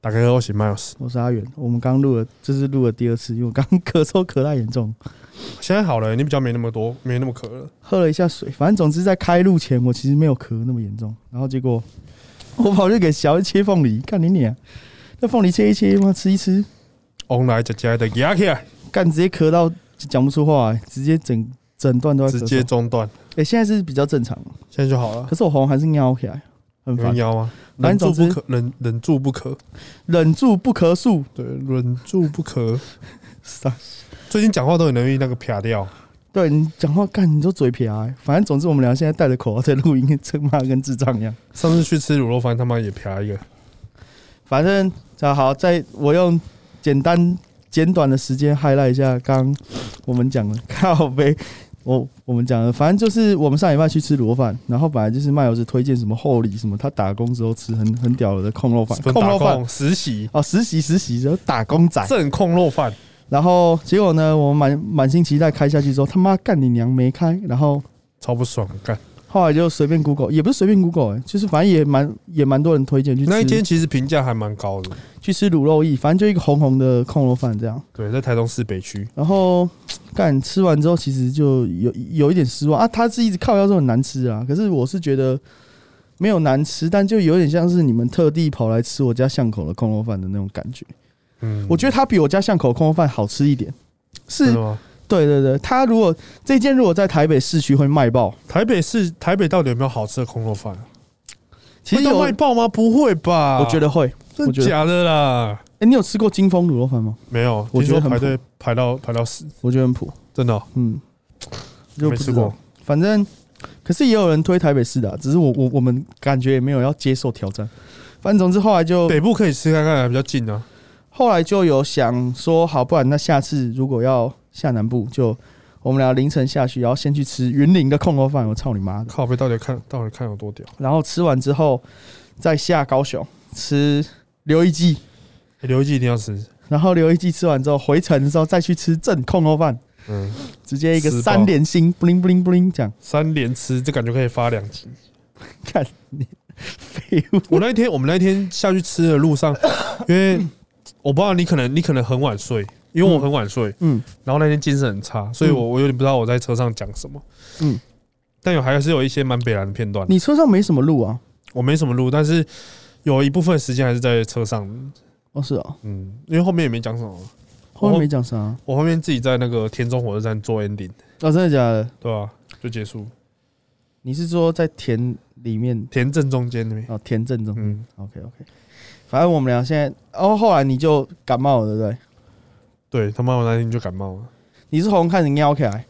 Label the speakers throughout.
Speaker 1: 大家好，我是 Miles。
Speaker 2: 我是阿远，我们刚录了，这是录了第二次，因为我刚咳嗽咳太严重，
Speaker 1: 现在好了，你比较没那么多，没那么渴了。
Speaker 2: 喝了一下水，反正总之在开录前，我其实没有咳那么严重，然后结果 我跑去给小一切凤梨，看你脸、啊，那凤梨切一切，妈吃一吃，
Speaker 1: 我们来姐姐的牙起 来，
Speaker 2: 干直接咳到讲不出话、欸直接整整段都在咳
Speaker 1: 直
Speaker 2: 嗽。
Speaker 1: 接中断，
Speaker 2: 哎、现在是比较正常，
Speaker 1: 现在就好了。
Speaker 2: 可是我喉咙还是喵起来，很
Speaker 1: 有人
Speaker 2: 烦，
Speaker 1: 腰吗？
Speaker 2: 反
Speaker 1: 忍住不
Speaker 2: 正总之
Speaker 1: 可，忍忍住不可，
Speaker 2: 忍住不咳嗽，
Speaker 1: 对，忍住不可。
Speaker 2: 傻
Speaker 1: 最近讲话都很容易那个撇掉，
Speaker 2: 对你讲话干，你就嘴撇、啊。反正总之，我们俩现在戴着口罩在录音，他妈跟智障一样。
Speaker 1: 上次去吃卤肉饭，他妈也撇一个。
Speaker 2: 反正啊，好，在我用简单简短的时间 highlight 一下刚我们讲的 靠背。我我们讲的，反正就是我们上礼拜去吃卤肉饭，然后本来就是麦友子推荐什么厚礼什么，他打工时候吃很很屌的控肉饭，
Speaker 1: 分
Speaker 2: 控
Speaker 1: 打
Speaker 2: 肉饭
Speaker 1: 工实习，
Speaker 2: 哦，实习实习，然后打工仔，
Speaker 1: 正控肉饭，
Speaker 2: 然后结果呢，我满满心期待开下去之后，他妈干你娘没开，然后
Speaker 1: 超不爽，干。
Speaker 2: 后来就随便 Google，也不是随便 Google，、欸、就是反正也蛮也蛮多人推荐去吃
Speaker 1: 那一间其实评价还蛮高的，
Speaker 2: 去吃卤肉意，反正就一个红红的控肉饭这样。
Speaker 1: 对，在台中市北区。
Speaker 2: 然后干吃完之后，其实就有有一点失望啊。他是一直靠腰说很难吃啊，可是我是觉得没有难吃，但就有点像是你们特地跑来吃我家巷口的空肉饭的那种感觉。
Speaker 1: 嗯，
Speaker 2: 我觉得它比我家巷口空肉饭好吃一点。是
Speaker 1: 真的，吗？
Speaker 2: 对对对，它如果这间如果在台北市区会卖爆，
Speaker 1: 台北市台北到底有没有好吃的空肉饭？
Speaker 2: 其实
Speaker 1: 会到
Speaker 2: 有，
Speaker 1: 卖爆啊吗？不会吧？
Speaker 2: 我觉得会。
Speaker 1: 真
Speaker 2: 我觉得
Speaker 1: 假的啦，
Speaker 2: 哎、你有吃过金丰卤肉饭吗？
Speaker 1: 没有，
Speaker 2: 我
Speaker 1: 听
Speaker 2: 觉
Speaker 1: 说
Speaker 2: 得很
Speaker 1: 排队排到排到死，
Speaker 2: 我觉得很普，
Speaker 1: 真的哦
Speaker 2: 嗯，就
Speaker 1: 没
Speaker 2: 不知
Speaker 1: 吃
Speaker 2: 道
Speaker 1: 过。。
Speaker 2: 反正，可是也有人推台北市的啊、只是我我我们感觉也没有要接受挑战。反正总之后来就
Speaker 1: 北部可以吃看看啊，比较近啊。
Speaker 2: 后来就有想说，好，不然那下次如果要下南部，就我们俩凌晨下去，然后先去吃云林的控肉饭，我操你妈的！
Speaker 1: 靠北到底看到底看有多屌？
Speaker 2: 然后吃完之后再下高雄吃刘一记，
Speaker 1: 欸刘一记一定要吃，
Speaker 2: 然后刘一记吃完之后回程的时候再去吃正控肉饭，
Speaker 1: 嗯，
Speaker 2: 直接一个
Speaker 1: 吃爆
Speaker 2: 三连星，不灵不灵不灵，这样
Speaker 1: 三连吃，这感觉可以发两 集。
Speaker 2: 看你废物。
Speaker 1: 我那一天我们那一天下去吃的路上，因为我不知道你可能你可能很晚睡，因为我很晚睡，
Speaker 2: 嗯，
Speaker 1: 然后那天精神很差，所以我我有点不知道我在车上讲什么。
Speaker 2: 嗯
Speaker 1: 嗯，但有还是有一些蛮北蓝的片段，
Speaker 2: 你车上没什么路啊？
Speaker 1: 我没什么录，但是有一部分时间还是在车上。
Speaker 2: 哦，是哦，
Speaker 1: 嗯，因为后面也没讲什么，
Speaker 2: 后面没讲啥、啊
Speaker 1: 我后面自己在那个田中火车站做 ending，
Speaker 2: 哦，真的假的？
Speaker 1: 对吧、就结束，
Speaker 2: 你是说在田里面
Speaker 1: 田正中间那边。
Speaker 2: 哦，田正中、
Speaker 1: 嗯，
Speaker 2: o k OK，反正我们俩现在，哦，后来你就感冒了，对不对？
Speaker 1: 对他妈，我那天就感冒了。
Speaker 2: 你是红开始尿起来，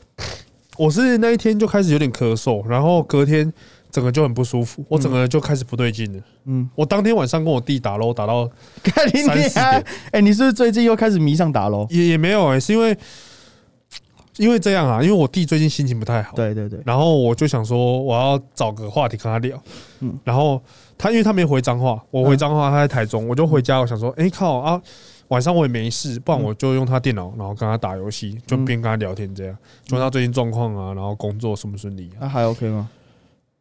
Speaker 1: 我是那一天就开始有点咳嗽，然后隔天整个就很不舒服，我整个人就开始不对劲了。
Speaker 2: 嗯，
Speaker 1: 我当天晚上跟我弟打 l 打到
Speaker 2: 看你
Speaker 1: 三四
Speaker 2: 娘
Speaker 1: 点，
Speaker 2: 哎、你是不是最近又开始迷上打喽？
Speaker 1: 也也没有哎、是因为因为这样啊，因为我弟最近心情不太好，
Speaker 2: 对对对，
Speaker 1: 然后我就想说，我要找个话题跟他聊。
Speaker 2: 嗯
Speaker 1: 然后他因为他没回彰化，我回彰化，他在台
Speaker 2: 嗯
Speaker 1: 中，我就回家，我想说，哎、靠啊，晚上我也没事，不然
Speaker 2: 嗯
Speaker 1: 我就用他电脑，然后跟他打游戏，就边跟他聊天这样，
Speaker 2: 嗯
Speaker 1: 就问他最近状况啊，然后工作顺不顺利啊，
Speaker 2: 那、还 OK 吗？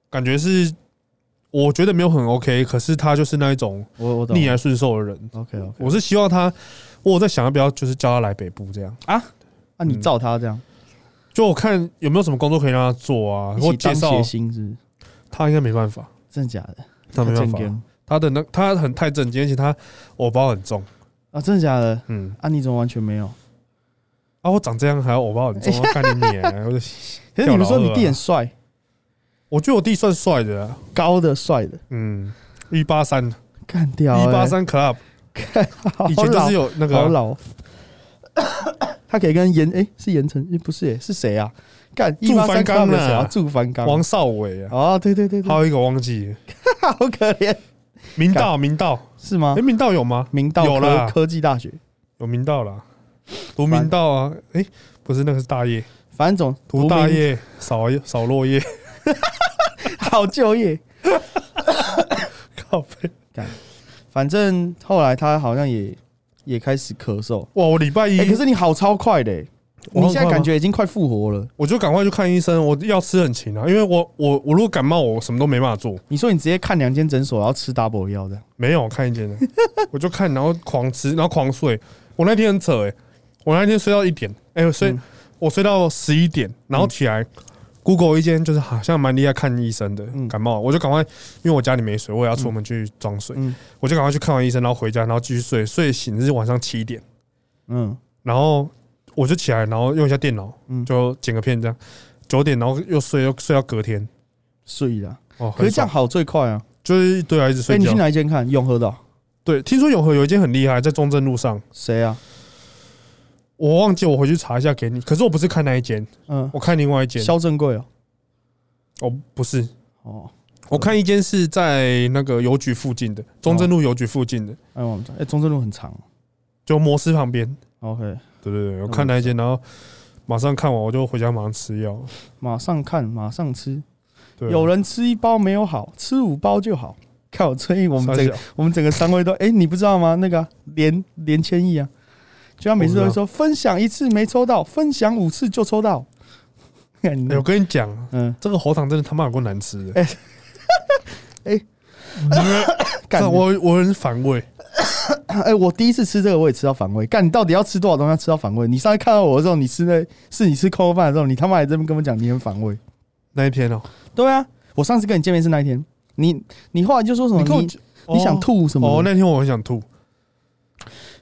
Speaker 1: 感觉是。我觉得没有很 OK，可是他就是那一种
Speaker 2: 我我懂
Speaker 1: 逆来顺受的人。
Speaker 2: ，OK OK，
Speaker 1: 啊我是希望他，我有在想要不要就是叫他来北部这样，
Speaker 2: 啊，你照他这样，
Speaker 1: 就我看有没有什么工作可以让他做啊，
Speaker 2: 一
Speaker 1: 或
Speaker 2: 起当
Speaker 1: 介绍
Speaker 2: 谐星是不是
Speaker 1: 他应该没办法，
Speaker 2: 真的假的？
Speaker 1: 他没办
Speaker 2: 正
Speaker 1: 法。
Speaker 2: 经
Speaker 1: 他的那他很太震惊，而且他偶包很重，
Speaker 2: 啊，真的假的？
Speaker 1: 嗯，
Speaker 2: 啊，你怎么完全没有？
Speaker 1: 啊，我长这样还要偶包很 重，我干你脸！我就
Speaker 2: 可是你们说
Speaker 1: 掉老二啊
Speaker 2: 你弟很帅，
Speaker 1: 我觉得我弟算帅的啊，
Speaker 2: 高的帅的，
Speaker 1: 嗯，一八三一
Speaker 2: 干掉、欸，
Speaker 1: 八三 club，
Speaker 2: 好
Speaker 1: 以前就
Speaker 2: 老
Speaker 1: 是有那个
Speaker 2: 好
Speaker 1: 啊
Speaker 2: 老。他可以跟严哎、是严晨，诶不是诶是谁啊？干一
Speaker 1: 祝
Speaker 2: 八
Speaker 1: 凡
Speaker 2: 三
Speaker 1: 刚啊
Speaker 2: 的谁啊？祝凡刚。
Speaker 1: 王少伟啊，
Speaker 2: 哦，对对对对
Speaker 1: 还，有一个忘记了
Speaker 2: 好可怜，
Speaker 1: 明道明道，
Speaker 2: 是吗
Speaker 1: 哎，？明道有吗？
Speaker 2: 明道
Speaker 1: 有
Speaker 2: 科
Speaker 1: 啦
Speaker 2: 科技大学，
Speaker 1: 有明道啦，读明道啊，哎，不是那个是大业，
Speaker 2: 反正总
Speaker 1: 读大，业少少落叶，
Speaker 2: 读明 好就业。
Speaker 1: 靠背。
Speaker 2: 反正后来他好像也也开始咳嗽，
Speaker 1: 哇，我礼拜一
Speaker 2: 哎、可是你好超快的、欸，
Speaker 1: 我
Speaker 2: 你
Speaker 1: 很
Speaker 2: 现在
Speaker 1: 快吗
Speaker 2: 感觉已经快复活了。
Speaker 1: 我就赶快去看医生，我药吃很勤啊，因为我我我如果感冒，我什么都没办法做，
Speaker 2: 你说你直接看两间诊所，然后吃 double 药这样，
Speaker 1: 没有看一间的， 我就看，然后狂吃，然后狂睡。我那天很扯哎、我那天睡到一点，哎、我睡、
Speaker 2: 嗯
Speaker 1: 我睡到十一点，然后起来、Google 一间就是好像蛮厉害看医生的、
Speaker 2: 嗯
Speaker 1: 感冒，我就赶快，因为我家里没水，我也要出门去装水，
Speaker 2: 嗯
Speaker 1: 我就赶快去看完医生，然后回家，然后继续睡，睡醒是晚上七点。
Speaker 2: 嗯，
Speaker 1: 然后我就起来，然后用一下电脑，
Speaker 2: 嗯
Speaker 1: 就剪个片这样。九点，然后又睡，又睡到隔天。
Speaker 2: 睡啦。
Speaker 1: 哦，
Speaker 2: 可是
Speaker 1: 很
Speaker 2: 这
Speaker 1: 爽
Speaker 2: 样好最快啊！
Speaker 1: 就是对啊，一直
Speaker 2: 所
Speaker 1: 睡
Speaker 2: 以你去
Speaker 1: 觉。
Speaker 2: 哪一间看？永和的哦
Speaker 1: 对，听说永和有一间很厉害，在中正路上，
Speaker 2: 谁啊？
Speaker 1: 我忘记我回去查一下给你。可是我不是看那一间，
Speaker 2: 嗯，
Speaker 1: 我看另外一间。
Speaker 2: 肖正贵哦。
Speaker 1: 哦，不是，
Speaker 2: 哦，
Speaker 1: 我看一间是在那个邮局附近的，中正路邮局附近的，
Speaker 2: 哎，我们哎，中正路很长。
Speaker 1: 就摩斯旁边。
Speaker 2: OK，
Speaker 1: 对对对，我看那一间，然后马上看完我就回家马上吃药。
Speaker 2: 马上看，马上吃。
Speaker 1: 对啊，
Speaker 2: 有人吃一包没有好，吃五包就好。靠，所以我们整
Speaker 1: 三
Speaker 2: 个
Speaker 1: 小
Speaker 2: 我们整个三位都哎、你不知道吗？那个啊连连千亿啊，就他每次都会说分享一次没抽到，分享五次就抽到。 看你
Speaker 1: 哎我跟你讲，
Speaker 2: 嗯，
Speaker 1: 这个喉糖真的他妈有够难吃 的。
Speaker 2: 哎干
Speaker 1: 干我我很反胃，
Speaker 2: 哎、我第一次吃这个我也吃到反胃。干，你到底要吃多少东西要吃到反胃？你上次看到我的时候，你吃那是你吃扣肉饭的时候，你他妈还在那边跟我讲你很反胃。
Speaker 1: 那一天哦、
Speaker 2: 对啊，我上次跟你见面是那一天，你你后来就说什么
Speaker 1: 你跟我
Speaker 2: 你你想吐什么的？
Speaker 1: 哦？那天我很想吐，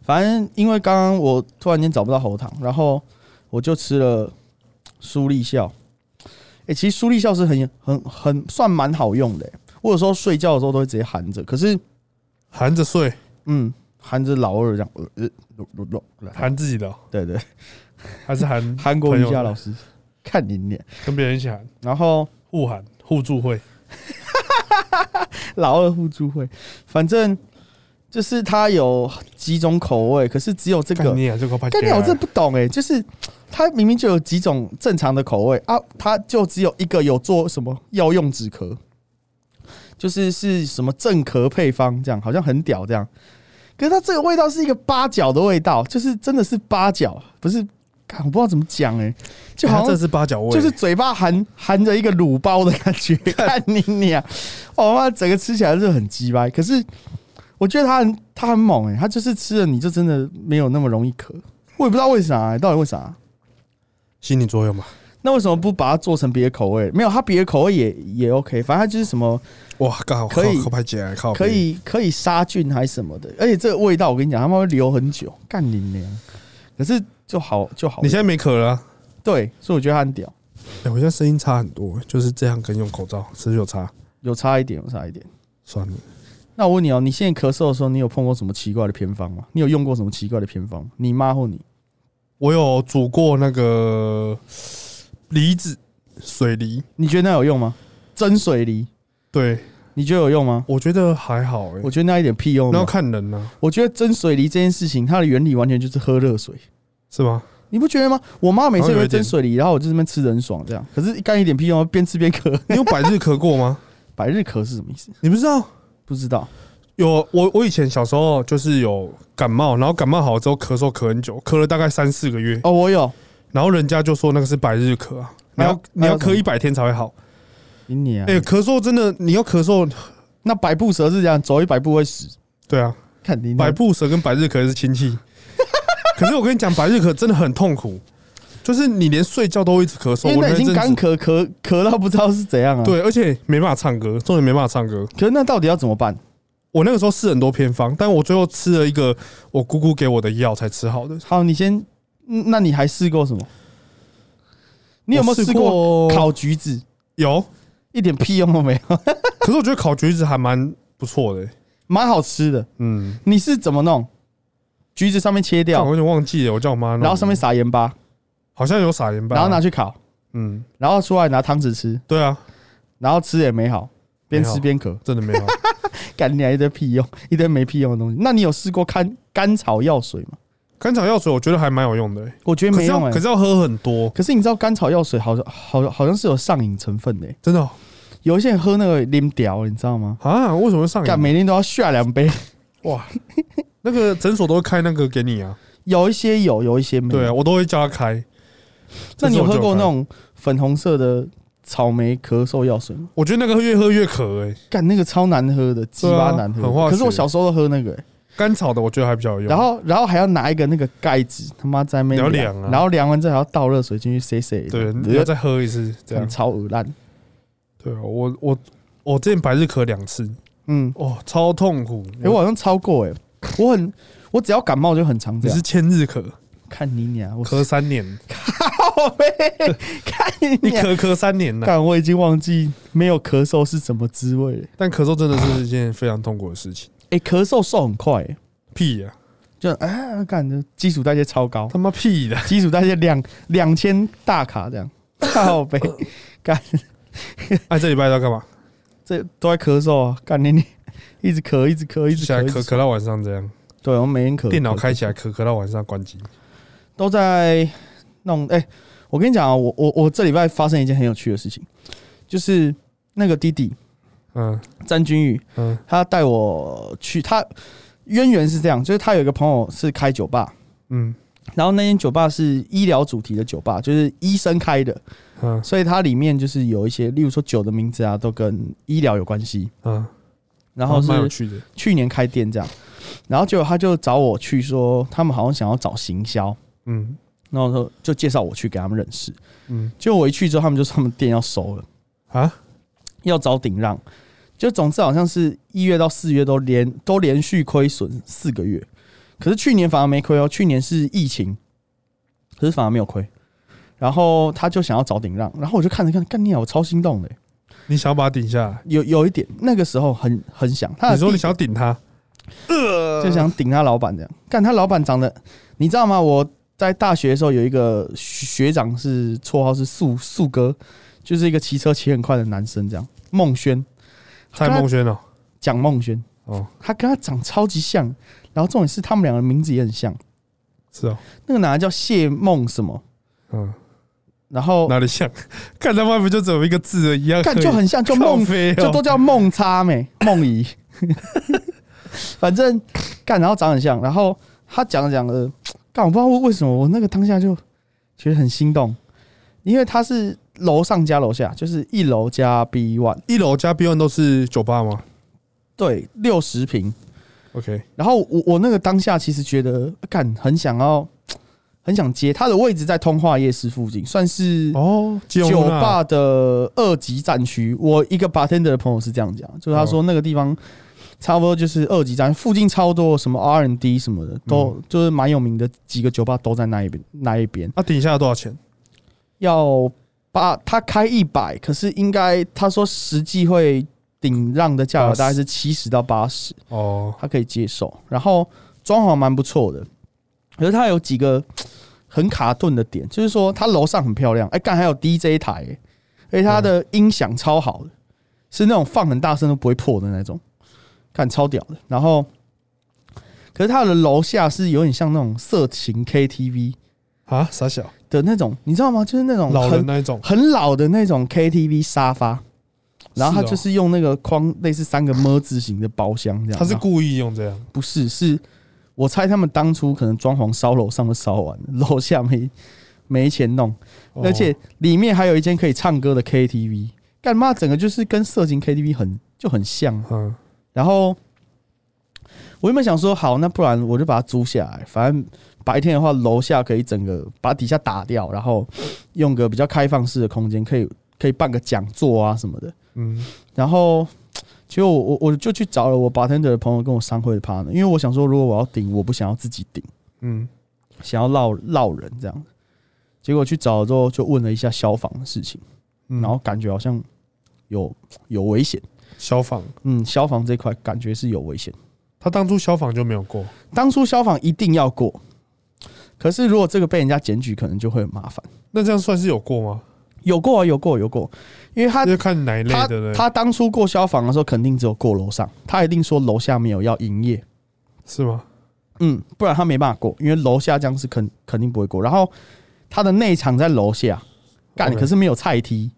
Speaker 2: 反正因为刚刚我突然间找不到喉糖，然后我就吃了舒力效。哎、其实舒力效是很很很算蛮好用的、欸我有时候睡觉的时候都会直接含着，可是
Speaker 1: 含着睡，
Speaker 2: 嗯，含着老二这样，呃呃，噜噜噜噜
Speaker 1: 含自己的哦、
Speaker 2: 对对，
Speaker 1: 还是 含
Speaker 2: 韩国瑜
Speaker 1: 朋友
Speaker 2: 伽
Speaker 1: 的
Speaker 2: 老师，看你脸。
Speaker 1: 跟别人一起含，
Speaker 2: 然后
Speaker 1: 互含互助会。
Speaker 2: 老二互助会，反正就是它有几种口味，可是只有这个
Speaker 1: 干你啊，这个怕
Speaker 2: 干掉我真的不懂哎、就是它明明就有几种正常的口味啊，它就只有一个有做什么药用止咳，就是是什么正咳配方这样，好像很屌这样。可是它这个味道是一个八角的味道，就是真的是八角，不是，干我不知道怎么讲哎、就好
Speaker 1: 哎
Speaker 2: 像
Speaker 1: 它这是八角味，
Speaker 2: 就是嘴巴含含着一个卤包的感觉，看你娘！我妈整个吃起来就是很鸡掰，可是我觉得它很它很猛哎、欸，它就是吃了你就真的没有那么容易咳，我也不知道为啥、欸，到底为啥？
Speaker 1: 心理作用嘛。
Speaker 2: 那为什么不把它做成别的口味？没有，它别的口味也也 OK，反正它就是什么
Speaker 1: 哇，刚好
Speaker 2: 可以
Speaker 1: 靠拍起来，靠
Speaker 2: 可以可以杀菌还是什么的，而且这个味道我跟你讲，他们会留很久，干你娘！可是就好就好
Speaker 1: 你，现在没渴了、啊？
Speaker 2: 对，所以我觉得它很屌，
Speaker 1: 哎，我现在声音差很多，就是这样跟用口罩是不是有差。
Speaker 2: 有差一点，有差一点。
Speaker 1: 算了，
Speaker 2: 那我问你哦，你现在咳嗽的时候，你有碰过什么奇怪的偏方吗？你有用过什么奇怪的偏方吗？你妈或你？
Speaker 1: 我有煮过那个梨子水梨，
Speaker 2: 你觉得那有用吗？蒸水梨，
Speaker 1: 对
Speaker 2: 你觉得有用吗？
Speaker 1: 我觉得还好哎、
Speaker 2: 我觉得那一点屁用
Speaker 1: 那
Speaker 2: 都没
Speaker 1: 要
Speaker 2: 有。
Speaker 1: 看人啊呢、
Speaker 2: 我觉得蒸水梨这件事情，它的原理完全就是喝热水，
Speaker 1: 是吗？
Speaker 2: 你不觉得吗？我妈每次
Speaker 1: 好像有
Speaker 2: 会
Speaker 1: 一点
Speaker 2: 蒸水梨，然后我就这边吃得很爽这样，可是干一点屁用，边吃边咳。
Speaker 1: 你有百日咳过 吗？
Speaker 2: 百日咳是什么意思？
Speaker 1: 你不知道？
Speaker 2: 不知道。
Speaker 1: 有我，我以前小时候就是有感冒，然后感冒好之后咳嗽咳很久，咳了大概三四个月，
Speaker 2: 哦，我有。
Speaker 1: 然后人家就说那个是百日咳啊，你
Speaker 2: 那
Speaker 1: 要
Speaker 2: 要
Speaker 1: 你
Speaker 2: 那
Speaker 1: 要
Speaker 2: 要怎
Speaker 1: 咳
Speaker 2: 么
Speaker 1: 一百天才会好。
Speaker 2: 你你啊，
Speaker 1: 哎，咳嗽真的，你要咳嗽，
Speaker 2: 那百步蛇是这样，走一百步会死。
Speaker 1: 对啊，
Speaker 2: 看你
Speaker 1: 百
Speaker 2: 那
Speaker 1: 步蛇跟百日咳是亲戚。 可是我跟你讲，百日咳真的很痛苦，就是你连睡觉都会一直咳嗽，
Speaker 2: 因为
Speaker 1: 我
Speaker 2: 那已
Speaker 1: 阵
Speaker 2: 经
Speaker 1: 子
Speaker 2: 干咳咳咳到不知道是怎样啊。，
Speaker 1: 对，而且没办法唱歌，重点没办法唱歌。
Speaker 2: 可是那到底要怎么办？
Speaker 1: 我那个时候试很多偏方，但我最后吃了一个我姑姑给我的药才吃好的。
Speaker 2: 好，你先，嗯那你还试过什么？你有没有
Speaker 1: 我
Speaker 2: 试
Speaker 1: 试
Speaker 2: 过
Speaker 1: 过
Speaker 2: 烤橘子？
Speaker 1: 有，
Speaker 2: 一点屁用都没有，
Speaker 1: 可是我觉得烤橘子还蛮不错的、
Speaker 2: 蛮好吃的。
Speaker 1: 嗯，
Speaker 2: 你是怎么弄？橘子上面切
Speaker 1: 但
Speaker 2: 掉
Speaker 1: 我，有点忘记了，我叫我妈弄。
Speaker 2: 然后上面撒盐巴，
Speaker 1: 好像有撒盐巴，
Speaker 2: 然后拿，去烤，
Speaker 1: 嗯，
Speaker 2: 然后出来拿汤匙吃，
Speaker 1: 对啊，
Speaker 2: 然后吃也没好，边
Speaker 1: 没
Speaker 2: 吃
Speaker 1: 好
Speaker 2: 边咳，
Speaker 1: 真的没有。
Speaker 2: 干你娘一堆屁用，一堆没屁用的东西。那你有试过甘甘草药水吗？
Speaker 1: 甘草药水我觉得还蛮有用的、欸，
Speaker 2: 我觉得
Speaker 1: 可是
Speaker 2: 没用
Speaker 1: 要
Speaker 2: 哎、
Speaker 1: 可是要喝很多，
Speaker 2: 可是你知道甘草药水好像好好像是有上瘾成分的、欸，
Speaker 1: 真的哦
Speaker 2: 有一些人喝那个啉屌，你知道吗？
Speaker 1: 啊？为什么会上
Speaker 2: 干
Speaker 1: 瘾？
Speaker 2: 每天都要下两杯，
Speaker 1: 哇，那个诊所都会开那个给你啊，
Speaker 2: 有一些有，有一些没有。
Speaker 1: 对啊，我都会叫他开。
Speaker 2: 那
Speaker 1: 啊这
Speaker 2: 你有
Speaker 1: 次我
Speaker 2: 喝
Speaker 1: 就
Speaker 2: 过那
Speaker 1: 看？
Speaker 2: 种粉红色的草莓咳嗽药水吗？
Speaker 1: 我觉得那个越喝越渴哎，
Speaker 2: 干那个超难喝的，鸡巴难喝
Speaker 1: 啊很化
Speaker 2: 的。
Speaker 1: 学
Speaker 2: 可是我小时候都喝那个、欸
Speaker 1: 甘草的我觉得还比较有用。
Speaker 2: 然后然后还要拿一个那个盖子，他妈在那边
Speaker 1: 你要量啊
Speaker 2: 然后量完之后还要倒热水进去塞塞。
Speaker 1: 对，
Speaker 2: 你
Speaker 1: 你要再喝一次这样。
Speaker 2: 超恶烂。
Speaker 1: 对啊我我我之前百日咳两次，
Speaker 2: 嗯，
Speaker 1: 哦，超痛苦。
Speaker 2: 哎、我好像超过哎、我很我只要感冒就很常这
Speaker 1: 你
Speaker 2: 样
Speaker 1: 是。千日咳，
Speaker 2: 看你俩，我
Speaker 1: 咳三年，
Speaker 2: 靠呗，看 你
Speaker 1: 你
Speaker 2: 俩。
Speaker 1: 咳咳三年了，
Speaker 2: 干，我已经忘记没有咳嗽是什么滋味了。
Speaker 1: 但咳嗽真的是一件非常痛苦的事情。
Speaker 2: 哎、咳嗽瘦很快、欸，
Speaker 1: 屁呀，
Speaker 2: 就啊，干的基础代谢超高，
Speaker 1: 他妈屁 的！
Speaker 2: 基础代谢两两千大卡这样，靠呗，
Speaker 1: 哎，这礼拜要干嘛？
Speaker 2: 这都在咳嗽啊，干你你一直咳，一直咳，一直
Speaker 1: 起来
Speaker 2: 咳，一
Speaker 1: 咳
Speaker 2: 直咳
Speaker 1: 咳到晚上这样，
Speaker 2: 对，我们每天咳，
Speaker 1: 电脑
Speaker 2: 咳
Speaker 1: 开起来咳咳到晚上关机。
Speaker 2: 都在弄。哎、我跟你讲啊，我我我这礼拜发生一件很有趣的事情，就是那个弟弟
Speaker 1: 嗯
Speaker 2: 詹君宇，
Speaker 1: 嗯
Speaker 2: 他带我去，他渊源是这样，就是他有一个朋友是开酒吧，
Speaker 1: 嗯
Speaker 2: 然后那间酒吧是医疗主题的酒吧，就是医生开的，
Speaker 1: 嗯
Speaker 2: 所以它里面就是有一些，例如说酒的名字啊，都跟医疗有关系。
Speaker 1: 嗯，
Speaker 2: 然后
Speaker 1: 蛮有
Speaker 2: 是
Speaker 1: 趣的。
Speaker 2: 去年开店这样，然后结果他就找我去说，他们好像想要找行销，
Speaker 1: 嗯
Speaker 2: 然后说就介绍我去给他们认识。
Speaker 1: 嗯
Speaker 2: 结果我一去之后，他们就说他们店要收了，
Speaker 1: 啊，
Speaker 2: 要找顶让。就总之好像是一月到四月都连都连续亏损四个月，可是去年反而没亏哦，去年是疫情，可是反而没有亏。然后他就想要找顶让，然后我就看着看，干你啊，我超心动的欸、
Speaker 1: 你想把它顶下来？
Speaker 2: 有有一点，那个时候很很想，他的呃
Speaker 1: 你说
Speaker 2: 弟
Speaker 1: 你想顶他？呃
Speaker 2: 就想顶他老板这样，干他老板长得，你知道吗？我在大学的时候有一个学长是绰号是素素哥，就是一个骑车骑很快的男生这样，孟轩，
Speaker 1: 蔡梦轩哦，
Speaker 2: 蒋孟轩，
Speaker 1: 哦
Speaker 2: 他跟他长超级像，然后重点是他们两个名字也很像，
Speaker 1: 是哦，
Speaker 2: 那个男的叫谢梦什么，
Speaker 1: 嗯，
Speaker 2: 然后
Speaker 1: 哪里像？ 看他妈不就只有一个字而已一样可以，
Speaker 2: 干哦就很像，就孟
Speaker 1: 飞 哦
Speaker 2: 就都叫梦差妹、 梦怡，反正干，然后长很像，然后他讲着讲着，干我不知道为什么，我那个当下就觉得很心动，因为他是楼上加楼下，就是一楼加 B one，
Speaker 1: 一楼加 B one 都是酒吧吗
Speaker 2: 对，六十平。
Speaker 1: ？OK，
Speaker 2: 然后我我那个当下其实觉得干很想要，很想接他的位置在通化夜市附近，算是
Speaker 1: 哦，基隆
Speaker 2: 酒
Speaker 1: 那
Speaker 2: 吧的二级战区，我一个 bartender 的朋友是这样讲，就是他说那个地方差不多就是二级战，附近超多什么 R N D 什么的，都、就是蛮有名的几个酒吧都在那一边那一边。
Speaker 1: 啊，顶下多少钱？
Speaker 2: 要把他开一百，可是应该他说实际会顶让的价格
Speaker 1: 80
Speaker 2: 大概是七十到八十，
Speaker 1: 哦，
Speaker 2: 他可以接受。然后装潢蛮不错的，可是他有几个很卡顿的点，就是说他楼上很漂亮，哎、干还有 DJ 台、欸，
Speaker 1: 嗯
Speaker 2: 而且他的音响超好的，是那种放很大声都不会破的那种，干超屌的。然后，可是他的楼下是有点像那种色情 KTV
Speaker 1: 啊，傻小，
Speaker 2: 的那种，你知道吗？就是那种
Speaker 1: 老人
Speaker 2: 很
Speaker 1: 那一种，
Speaker 2: 很老的那种 KTV 沙发。然后他
Speaker 1: 是哦
Speaker 2: 就是用那个框，类似三个么字形的包厢这样。啊
Speaker 1: 他是
Speaker 2: 然后
Speaker 1: 故意用这样，
Speaker 2: 不是，是我猜他们当初可能装潢烧楼上都烧完了， 楼下没没钱弄，
Speaker 1: 哦
Speaker 2: 而且里面还有一间可以唱歌的 KTV，干嘛整个就是跟色情 KTV 很就很像。
Speaker 1: 嗯，
Speaker 2: 然后我原本想说，好，那不然我就把它租下来，反正白天的话，楼下可以整个把底下打掉，然后用个比较开放式的空间，可以可以办个讲座啊什么的。
Speaker 1: 嗯，
Speaker 2: 然后结果我我我就去找了我 bartender 的朋友跟我商会的 partner，因为我想说，如果我要顶，我不想要自己顶，
Speaker 1: 嗯，
Speaker 2: 想要绕绕人这样。结果去找了之后，就问了一下消防的事情，
Speaker 1: 嗯
Speaker 2: 然后感觉好像有有危险。
Speaker 1: 消防，
Speaker 2: 嗯，消防这块感觉是有危险。
Speaker 1: 他当初消防就没有过，
Speaker 2: 当初消防一定要过，可是如果这个被人家检举，可能就会很麻烦。
Speaker 1: 那这样算是有过吗？
Speaker 2: 有过啊，有过，有过，因为他
Speaker 1: 就看哪一类
Speaker 2: 他
Speaker 1: 的嘞，
Speaker 2: 他当初过消防的时候，肯定只有过楼上，他一定说楼下没有要营业，
Speaker 1: 是吗？
Speaker 2: 嗯，不然他没办法过，因为楼下这样是肯肯定不会过。然后他的内场在楼下，干
Speaker 1: OK
Speaker 2: 可是没有菜梯，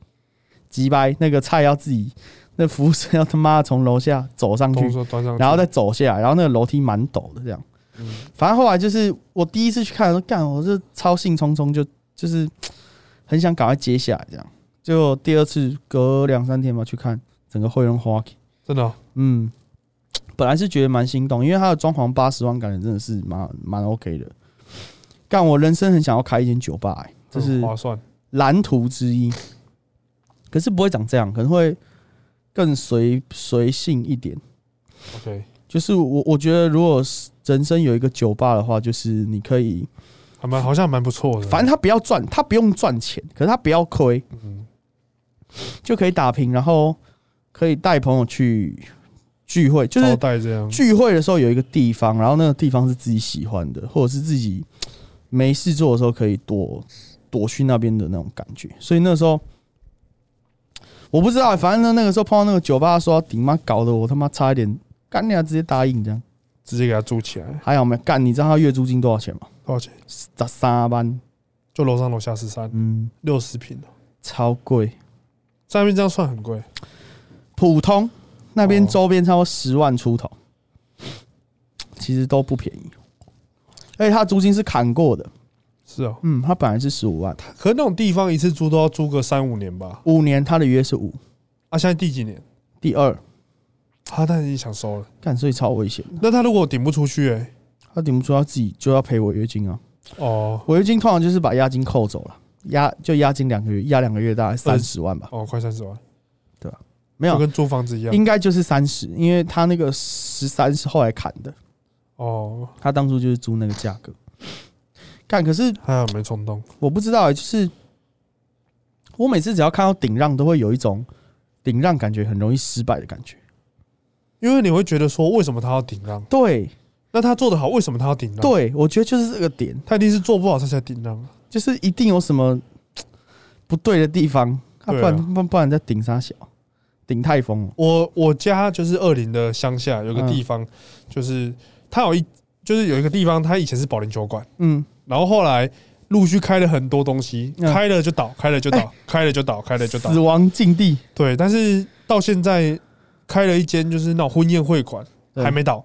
Speaker 2: 急掰那个菜要自己，那服务生要他妈从楼下走上
Speaker 1: 都
Speaker 2: 去，
Speaker 1: 说端上去，
Speaker 2: 嗯然后再走下来，然后那个楼梯蛮陡的这样。
Speaker 1: 嗯
Speaker 2: 反正后来就是我第一次去看的时候，干我是超兴冲冲就就是很想赶快接下来这样。结果第二次隔两三天吧去看，整个会用花
Speaker 1: 真的哦、
Speaker 2: 嗯，本来是觉得蛮心动，因为它的装潢八十万，感觉真的是蛮蛮 OK 的。但我人生很想要开一间酒吧、欸，这是
Speaker 1: 很划算。
Speaker 2: 蓝图之一，可是不会长这样，可能会更随随性一点。
Speaker 1: OK，
Speaker 2: 就是我我觉得，如果是人生有一个酒吧的话，就是你可以，
Speaker 1: 还蛮好像蛮不错的。
Speaker 2: 反正他不要赚，他不用赚钱，可是他不要亏，
Speaker 1: 嗯，
Speaker 2: 就可以打平，然后可以带朋友去聚会，就是
Speaker 1: 招待这样，
Speaker 2: 聚会的时候有一个地方，然后那个地方是自己喜欢的，或者是自己没事做的时候可以躲躲去那边的那种感觉。所以那时候我不知道，反正呢那个时候碰到那个酒吧说要顶妈搞得我他妈差一点干你啊，直接答应这样。
Speaker 1: 直接给他住起来，
Speaker 2: 还好没干，你知道他月租金多少钱吗？
Speaker 1: 多少钱？
Speaker 2: 十三万，
Speaker 1: 就楼上楼下十三，
Speaker 2: 嗯，
Speaker 1: 六十平哦，
Speaker 2: 超贵。
Speaker 1: 在那边这样算很贵。
Speaker 2: 普通那边
Speaker 1: 哦
Speaker 2: 周边超过十万出头，其实都不便宜。而且他租金是砍过的，
Speaker 1: 是哦，
Speaker 2: 嗯，他本来是十五万。
Speaker 1: 可是那种地方一次租都要租个三五年吧？
Speaker 2: 五年，他的约是五。
Speaker 1: 啊，现在第几年？
Speaker 2: 第二，
Speaker 1: 他但已经想收了。
Speaker 2: 干所以超危险的，
Speaker 1: 那他如果顶不出去、欸，
Speaker 2: 他顶不住，他自己就要赔违约金啊。
Speaker 1: 哦
Speaker 2: 违约金通常就是把押金扣走了，押就押金两个月，押两个月大概三十万吧，
Speaker 1: 哦，快三十万，
Speaker 2: 没
Speaker 1: 就
Speaker 2: 有，
Speaker 1: 跟租房子一样。
Speaker 2: 应该就是三十，因为他那个十三是后来砍的，
Speaker 1: 哦，
Speaker 2: 他当初就是租那个价格。干，可是
Speaker 1: 还好没冲动。
Speaker 2: 我不知道、欸，就是我每次只要看到顶让，都会有一种顶让感觉很容易失败的感觉。
Speaker 1: 因为你会觉得说，为什么他要顶让？
Speaker 2: 对，啊
Speaker 1: 那他做得好，为什么他要顶让？，
Speaker 2: 对，我觉得就是这个点。
Speaker 1: 他一定是做不好，他才顶让。
Speaker 2: 就是一定有什么不对的地方，啊、不
Speaker 1: 对啊
Speaker 2: 然不然不然再顶啥小，顶太疯了。
Speaker 1: 我我家就是二林的乡下有个
Speaker 2: 嗯
Speaker 1: 地方，就是它有一就是有一个地方，它以前是保龄球馆，
Speaker 2: 嗯，
Speaker 1: 然后后来陆续开了很多东西，
Speaker 2: 嗯哎
Speaker 1: 开了就倒，开了就倒，开了就倒，开了就倒
Speaker 2: 死。亡禁地
Speaker 1: 对，但是到现在开了一间就是那种婚宴会馆，
Speaker 2: 对
Speaker 1: 还没倒。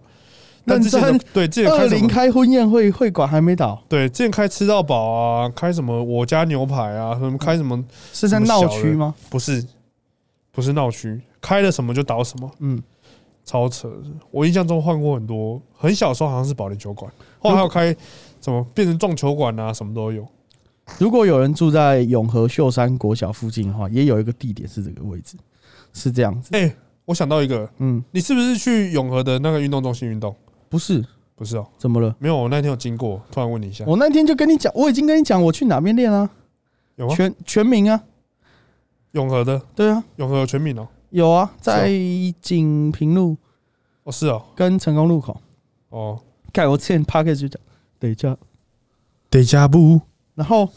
Speaker 1: 但之前
Speaker 2: 认
Speaker 1: 的
Speaker 2: 真
Speaker 1: 对之前
Speaker 2: 二
Speaker 1: 开什
Speaker 2: 零
Speaker 1: 么？
Speaker 2: 开婚宴会会馆还没倒，
Speaker 1: 对，之前开吃到饱啊，开什么我家牛排啊，什么开什么
Speaker 2: 是在
Speaker 1: 这么
Speaker 2: 闹
Speaker 1: 小
Speaker 2: 区吗？
Speaker 1: 不是不是闹区，开了什么就倒什么。
Speaker 2: 嗯，
Speaker 1: 超扯的！我印象中换过很多，很小的时候好像是保龄球馆，后来还有开什么变成撞球馆啊，什么都有。
Speaker 2: 如果有人住在永和秀山国小附近的话，也有一个地点是这个位置，是这样子。
Speaker 1: 哎、我想到一个，
Speaker 2: 嗯，
Speaker 1: 你是不是去永和的那个运动中心运动？
Speaker 2: 不是，
Speaker 1: 不是哦，
Speaker 2: 怎么了？
Speaker 1: 没有，我那天有经过，突然问你一下，
Speaker 2: 我那天就跟你讲，我已经跟你讲我去哪边练啦、
Speaker 1: 有吗？
Speaker 2: 全全民啊，
Speaker 1: 永和的
Speaker 2: 对啊，
Speaker 1: 永和有全民哦，
Speaker 2: 有啊，在锦屏路
Speaker 1: 哦是哦，
Speaker 2: 跟成功路口。
Speaker 1: 哦，
Speaker 2: 看我之前 p a c k a g 就讲，等一下
Speaker 1: 得加布
Speaker 2: 然后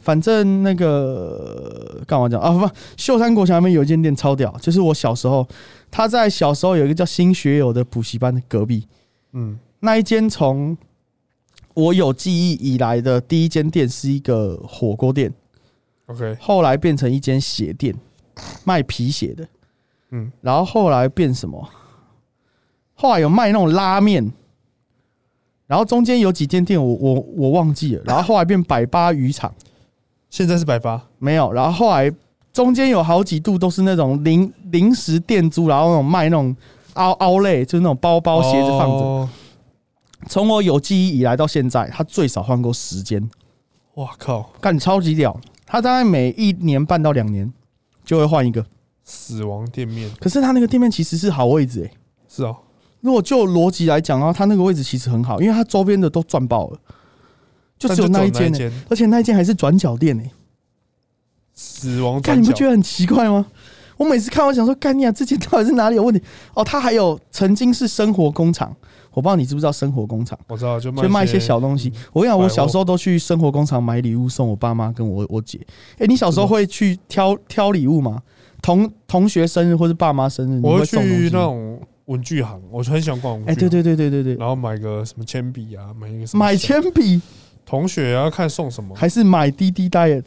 Speaker 2: 反正那个干嘛讲啊？不，秀山国小那边有一间店超屌，就是我小时候，他在小时候有一个叫新学友的补习班的隔壁，
Speaker 1: 嗯，
Speaker 2: 那一间从我有记忆以来的第一间店是一个火锅店，
Speaker 1: ，OK，
Speaker 2: 后来变成一间鞋店，卖皮鞋的，
Speaker 1: 嗯，
Speaker 2: 然后后来变什么？后来有卖那种拉面，然后中间有几间店我我我忘记了，然后后来变百八渔场。
Speaker 1: 现在是百八，
Speaker 2: 没有。然后后来中间有好几度都是那种零零食店租，然后那种卖那种凹凹类，就是那种包包、鞋子放着。
Speaker 1: 哦
Speaker 2: 从、我有记忆以来到现在，他最少换过十间，
Speaker 1: 哇靠，
Speaker 2: 干超级屌。他大概每一年半到两年就会换一个，
Speaker 1: 死亡店面
Speaker 2: 可是他那个店面其实是好位置诶、欸
Speaker 1: 是哦，
Speaker 2: 如果就逻辑来讲啊，他那个位置其实很好，因为他周边的都赚爆了，就
Speaker 1: 但
Speaker 2: 只有那一
Speaker 1: 只有
Speaker 2: 间、
Speaker 1: 那
Speaker 2: 欸，而且那一间还是转角店诶、欸
Speaker 1: 死亡
Speaker 2: 干，
Speaker 1: 转
Speaker 2: 你
Speaker 1: 角
Speaker 2: 不觉得很奇怪吗？我每次看，我想说，干你啊，这间到底是哪里有问题？哦，它还有曾经是生活工厂，我不知道你知不知道生活工厂，
Speaker 1: 我知道，就卖嗯
Speaker 2: 就卖一些小东西。我跟你讲，
Speaker 1: 百货
Speaker 2: 我小时候都去生活工厂买礼物送我爸妈跟我我姐。哎、你小时候会去挑挑礼物吗？同同学生日或是爸妈生日，你
Speaker 1: 我会去
Speaker 2: 送东西
Speaker 1: 那
Speaker 2: 吗？
Speaker 1: 种文具行，我就很喜欢逛文具。
Speaker 2: 哎、对，对对对对对，
Speaker 1: 然后买个什么铅笔啊，买一个什么
Speaker 2: 买铅笔
Speaker 1: 同学啊，看送什么。
Speaker 2: 还是买滴滴 diet？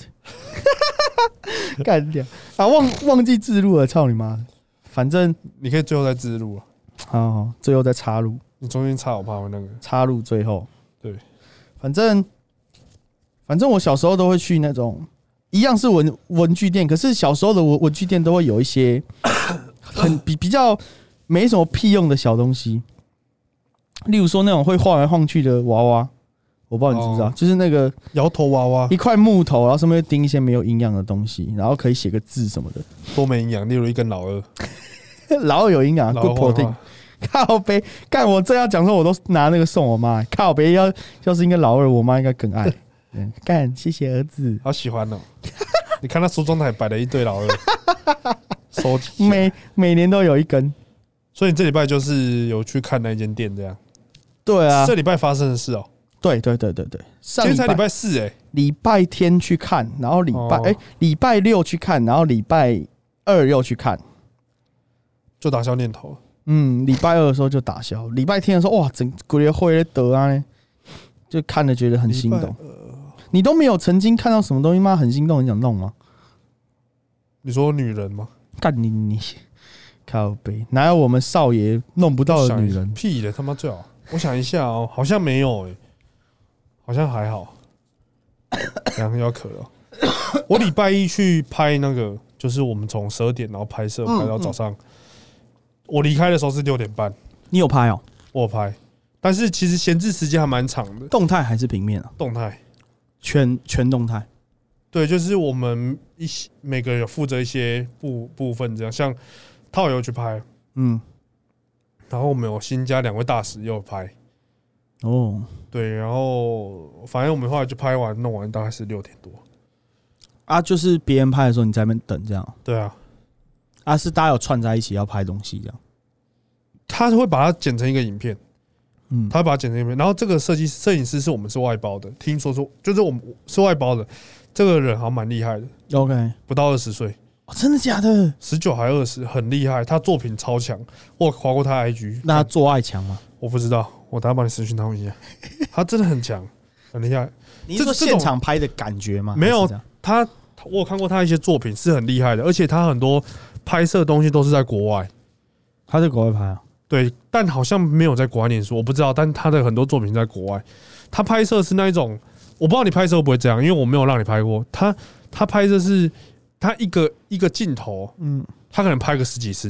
Speaker 2: 干掉啊！忘忘记自录了，操你妈的！反正
Speaker 1: 你可以最后再自录啊，
Speaker 2: 好好，最后再插入。
Speaker 1: 你中间插我怕会那个。
Speaker 2: 插入最后。
Speaker 1: 对，
Speaker 2: 反正反正我小时候都会去那种一样是文文具店，可是小时候的文文具店都会有 一些很比比较没什么屁用的小东西，例如说那种会晃来晃去的娃娃，我不知道你知不知道，
Speaker 1: 哦
Speaker 2: 就是那个
Speaker 1: 摇头娃娃
Speaker 2: 一块木头，然后上面钉一些没有营养的东西，然后可以写个字什么 的，
Speaker 1: 多没营养，例如一根老二，
Speaker 2: 然后有营养
Speaker 1: 老
Speaker 2: ，good
Speaker 1: 二
Speaker 2: protein
Speaker 1: 画。
Speaker 2: 靠背，干我正要讲说，我都拿那个送我妈。靠背要要是应该老二，我妈应该更爱。嗯干，谢谢儿子。
Speaker 1: 好喜欢哦。你看他梳妆台摆了一堆 老二，收集。
Speaker 2: 每每年都有一根。
Speaker 1: 所以你这礼拜就是有去看那间店，这样。
Speaker 2: 对啊
Speaker 1: 这，礼拜发生的事哦，
Speaker 2: 对对对对对，
Speaker 1: 今
Speaker 2: 上
Speaker 1: 天才
Speaker 2: 礼
Speaker 1: 礼
Speaker 2: 拜
Speaker 1: 拜四哎，
Speaker 2: 礼拜天去看，然后礼拜
Speaker 1: 哦
Speaker 2: 哎礼、拜六去看，然后礼拜二又去看。
Speaker 1: 就打消念头了。
Speaker 2: 嗯，礼拜二的时候就打消，礼拜天的时候哇，整个人会得啊呢，就看了觉得很心
Speaker 1: 礼
Speaker 2: 动
Speaker 1: 拜。
Speaker 2: 你都没有曾经看到什么东西吗？很心动，很想弄吗？
Speaker 1: 你说女人吗？
Speaker 2: 干你你，靠背，哪有我们少爷弄不到的
Speaker 1: 想一
Speaker 2: 女
Speaker 1: 下
Speaker 2: 人？
Speaker 1: 屁的他妈最好。我想一下 哦，好像没有哎、好像还好。两个要渴了。我礼拜一去拍那个，就是我们从十二点然后拍摄
Speaker 2: 嗯
Speaker 1: 拍到早上。我离开的时候是六点半，
Speaker 2: 你有拍哦？
Speaker 1: 我有拍，但是其实闲置时间还蛮长的。
Speaker 2: 动态还是平面啊？
Speaker 1: 动态
Speaker 2: 全全动态。
Speaker 1: 对，就是我们一些每个人有负责一些部部分，这样像套友去拍，
Speaker 2: 嗯，
Speaker 1: 然后我们有新加两位大使也有拍，
Speaker 2: 哦，
Speaker 1: 对，然后反正我们后来就拍完弄完大概是六点多。
Speaker 2: 啊，就是别人拍的时候你在那边等这样，
Speaker 1: 对啊，
Speaker 2: 啊，是大家有串在一起要拍东西这样。
Speaker 1: 他会把它剪成一个影片，
Speaker 2: 嗯，
Speaker 1: 他会把它剪成一个影片。然后这个设计摄影师是我们是外包的，听说说就是我们是外包的，这个人好像蛮厉害的，
Speaker 2: OK，、哦、
Speaker 1: 不到二十岁，
Speaker 2: 真的假的？
Speaker 1: 十九还二十，很厉害，他作品超强。我有划过他的 IG，
Speaker 2: 那他做爱强吗？
Speaker 1: 我不知道，我等下帮你私讯他们一 下，他真的很强，很厉害。
Speaker 2: 你
Speaker 1: 是说现场
Speaker 2: 拍的感觉吗
Speaker 1: 没有还是这他我有看过他一些作品是很厉害的，而且他很多拍摄的东西都是在国外。
Speaker 2: 他在国外拍啊。
Speaker 1: 对，但好像没有在国外念书，我不知道。但他的很多作品在国外，他拍摄是那一种，我不知道你拍摄会不会这样，因为我没有让你拍过。他他拍摄是，他一个一个镜头，
Speaker 2: 嗯
Speaker 1: 他可能拍个十几次，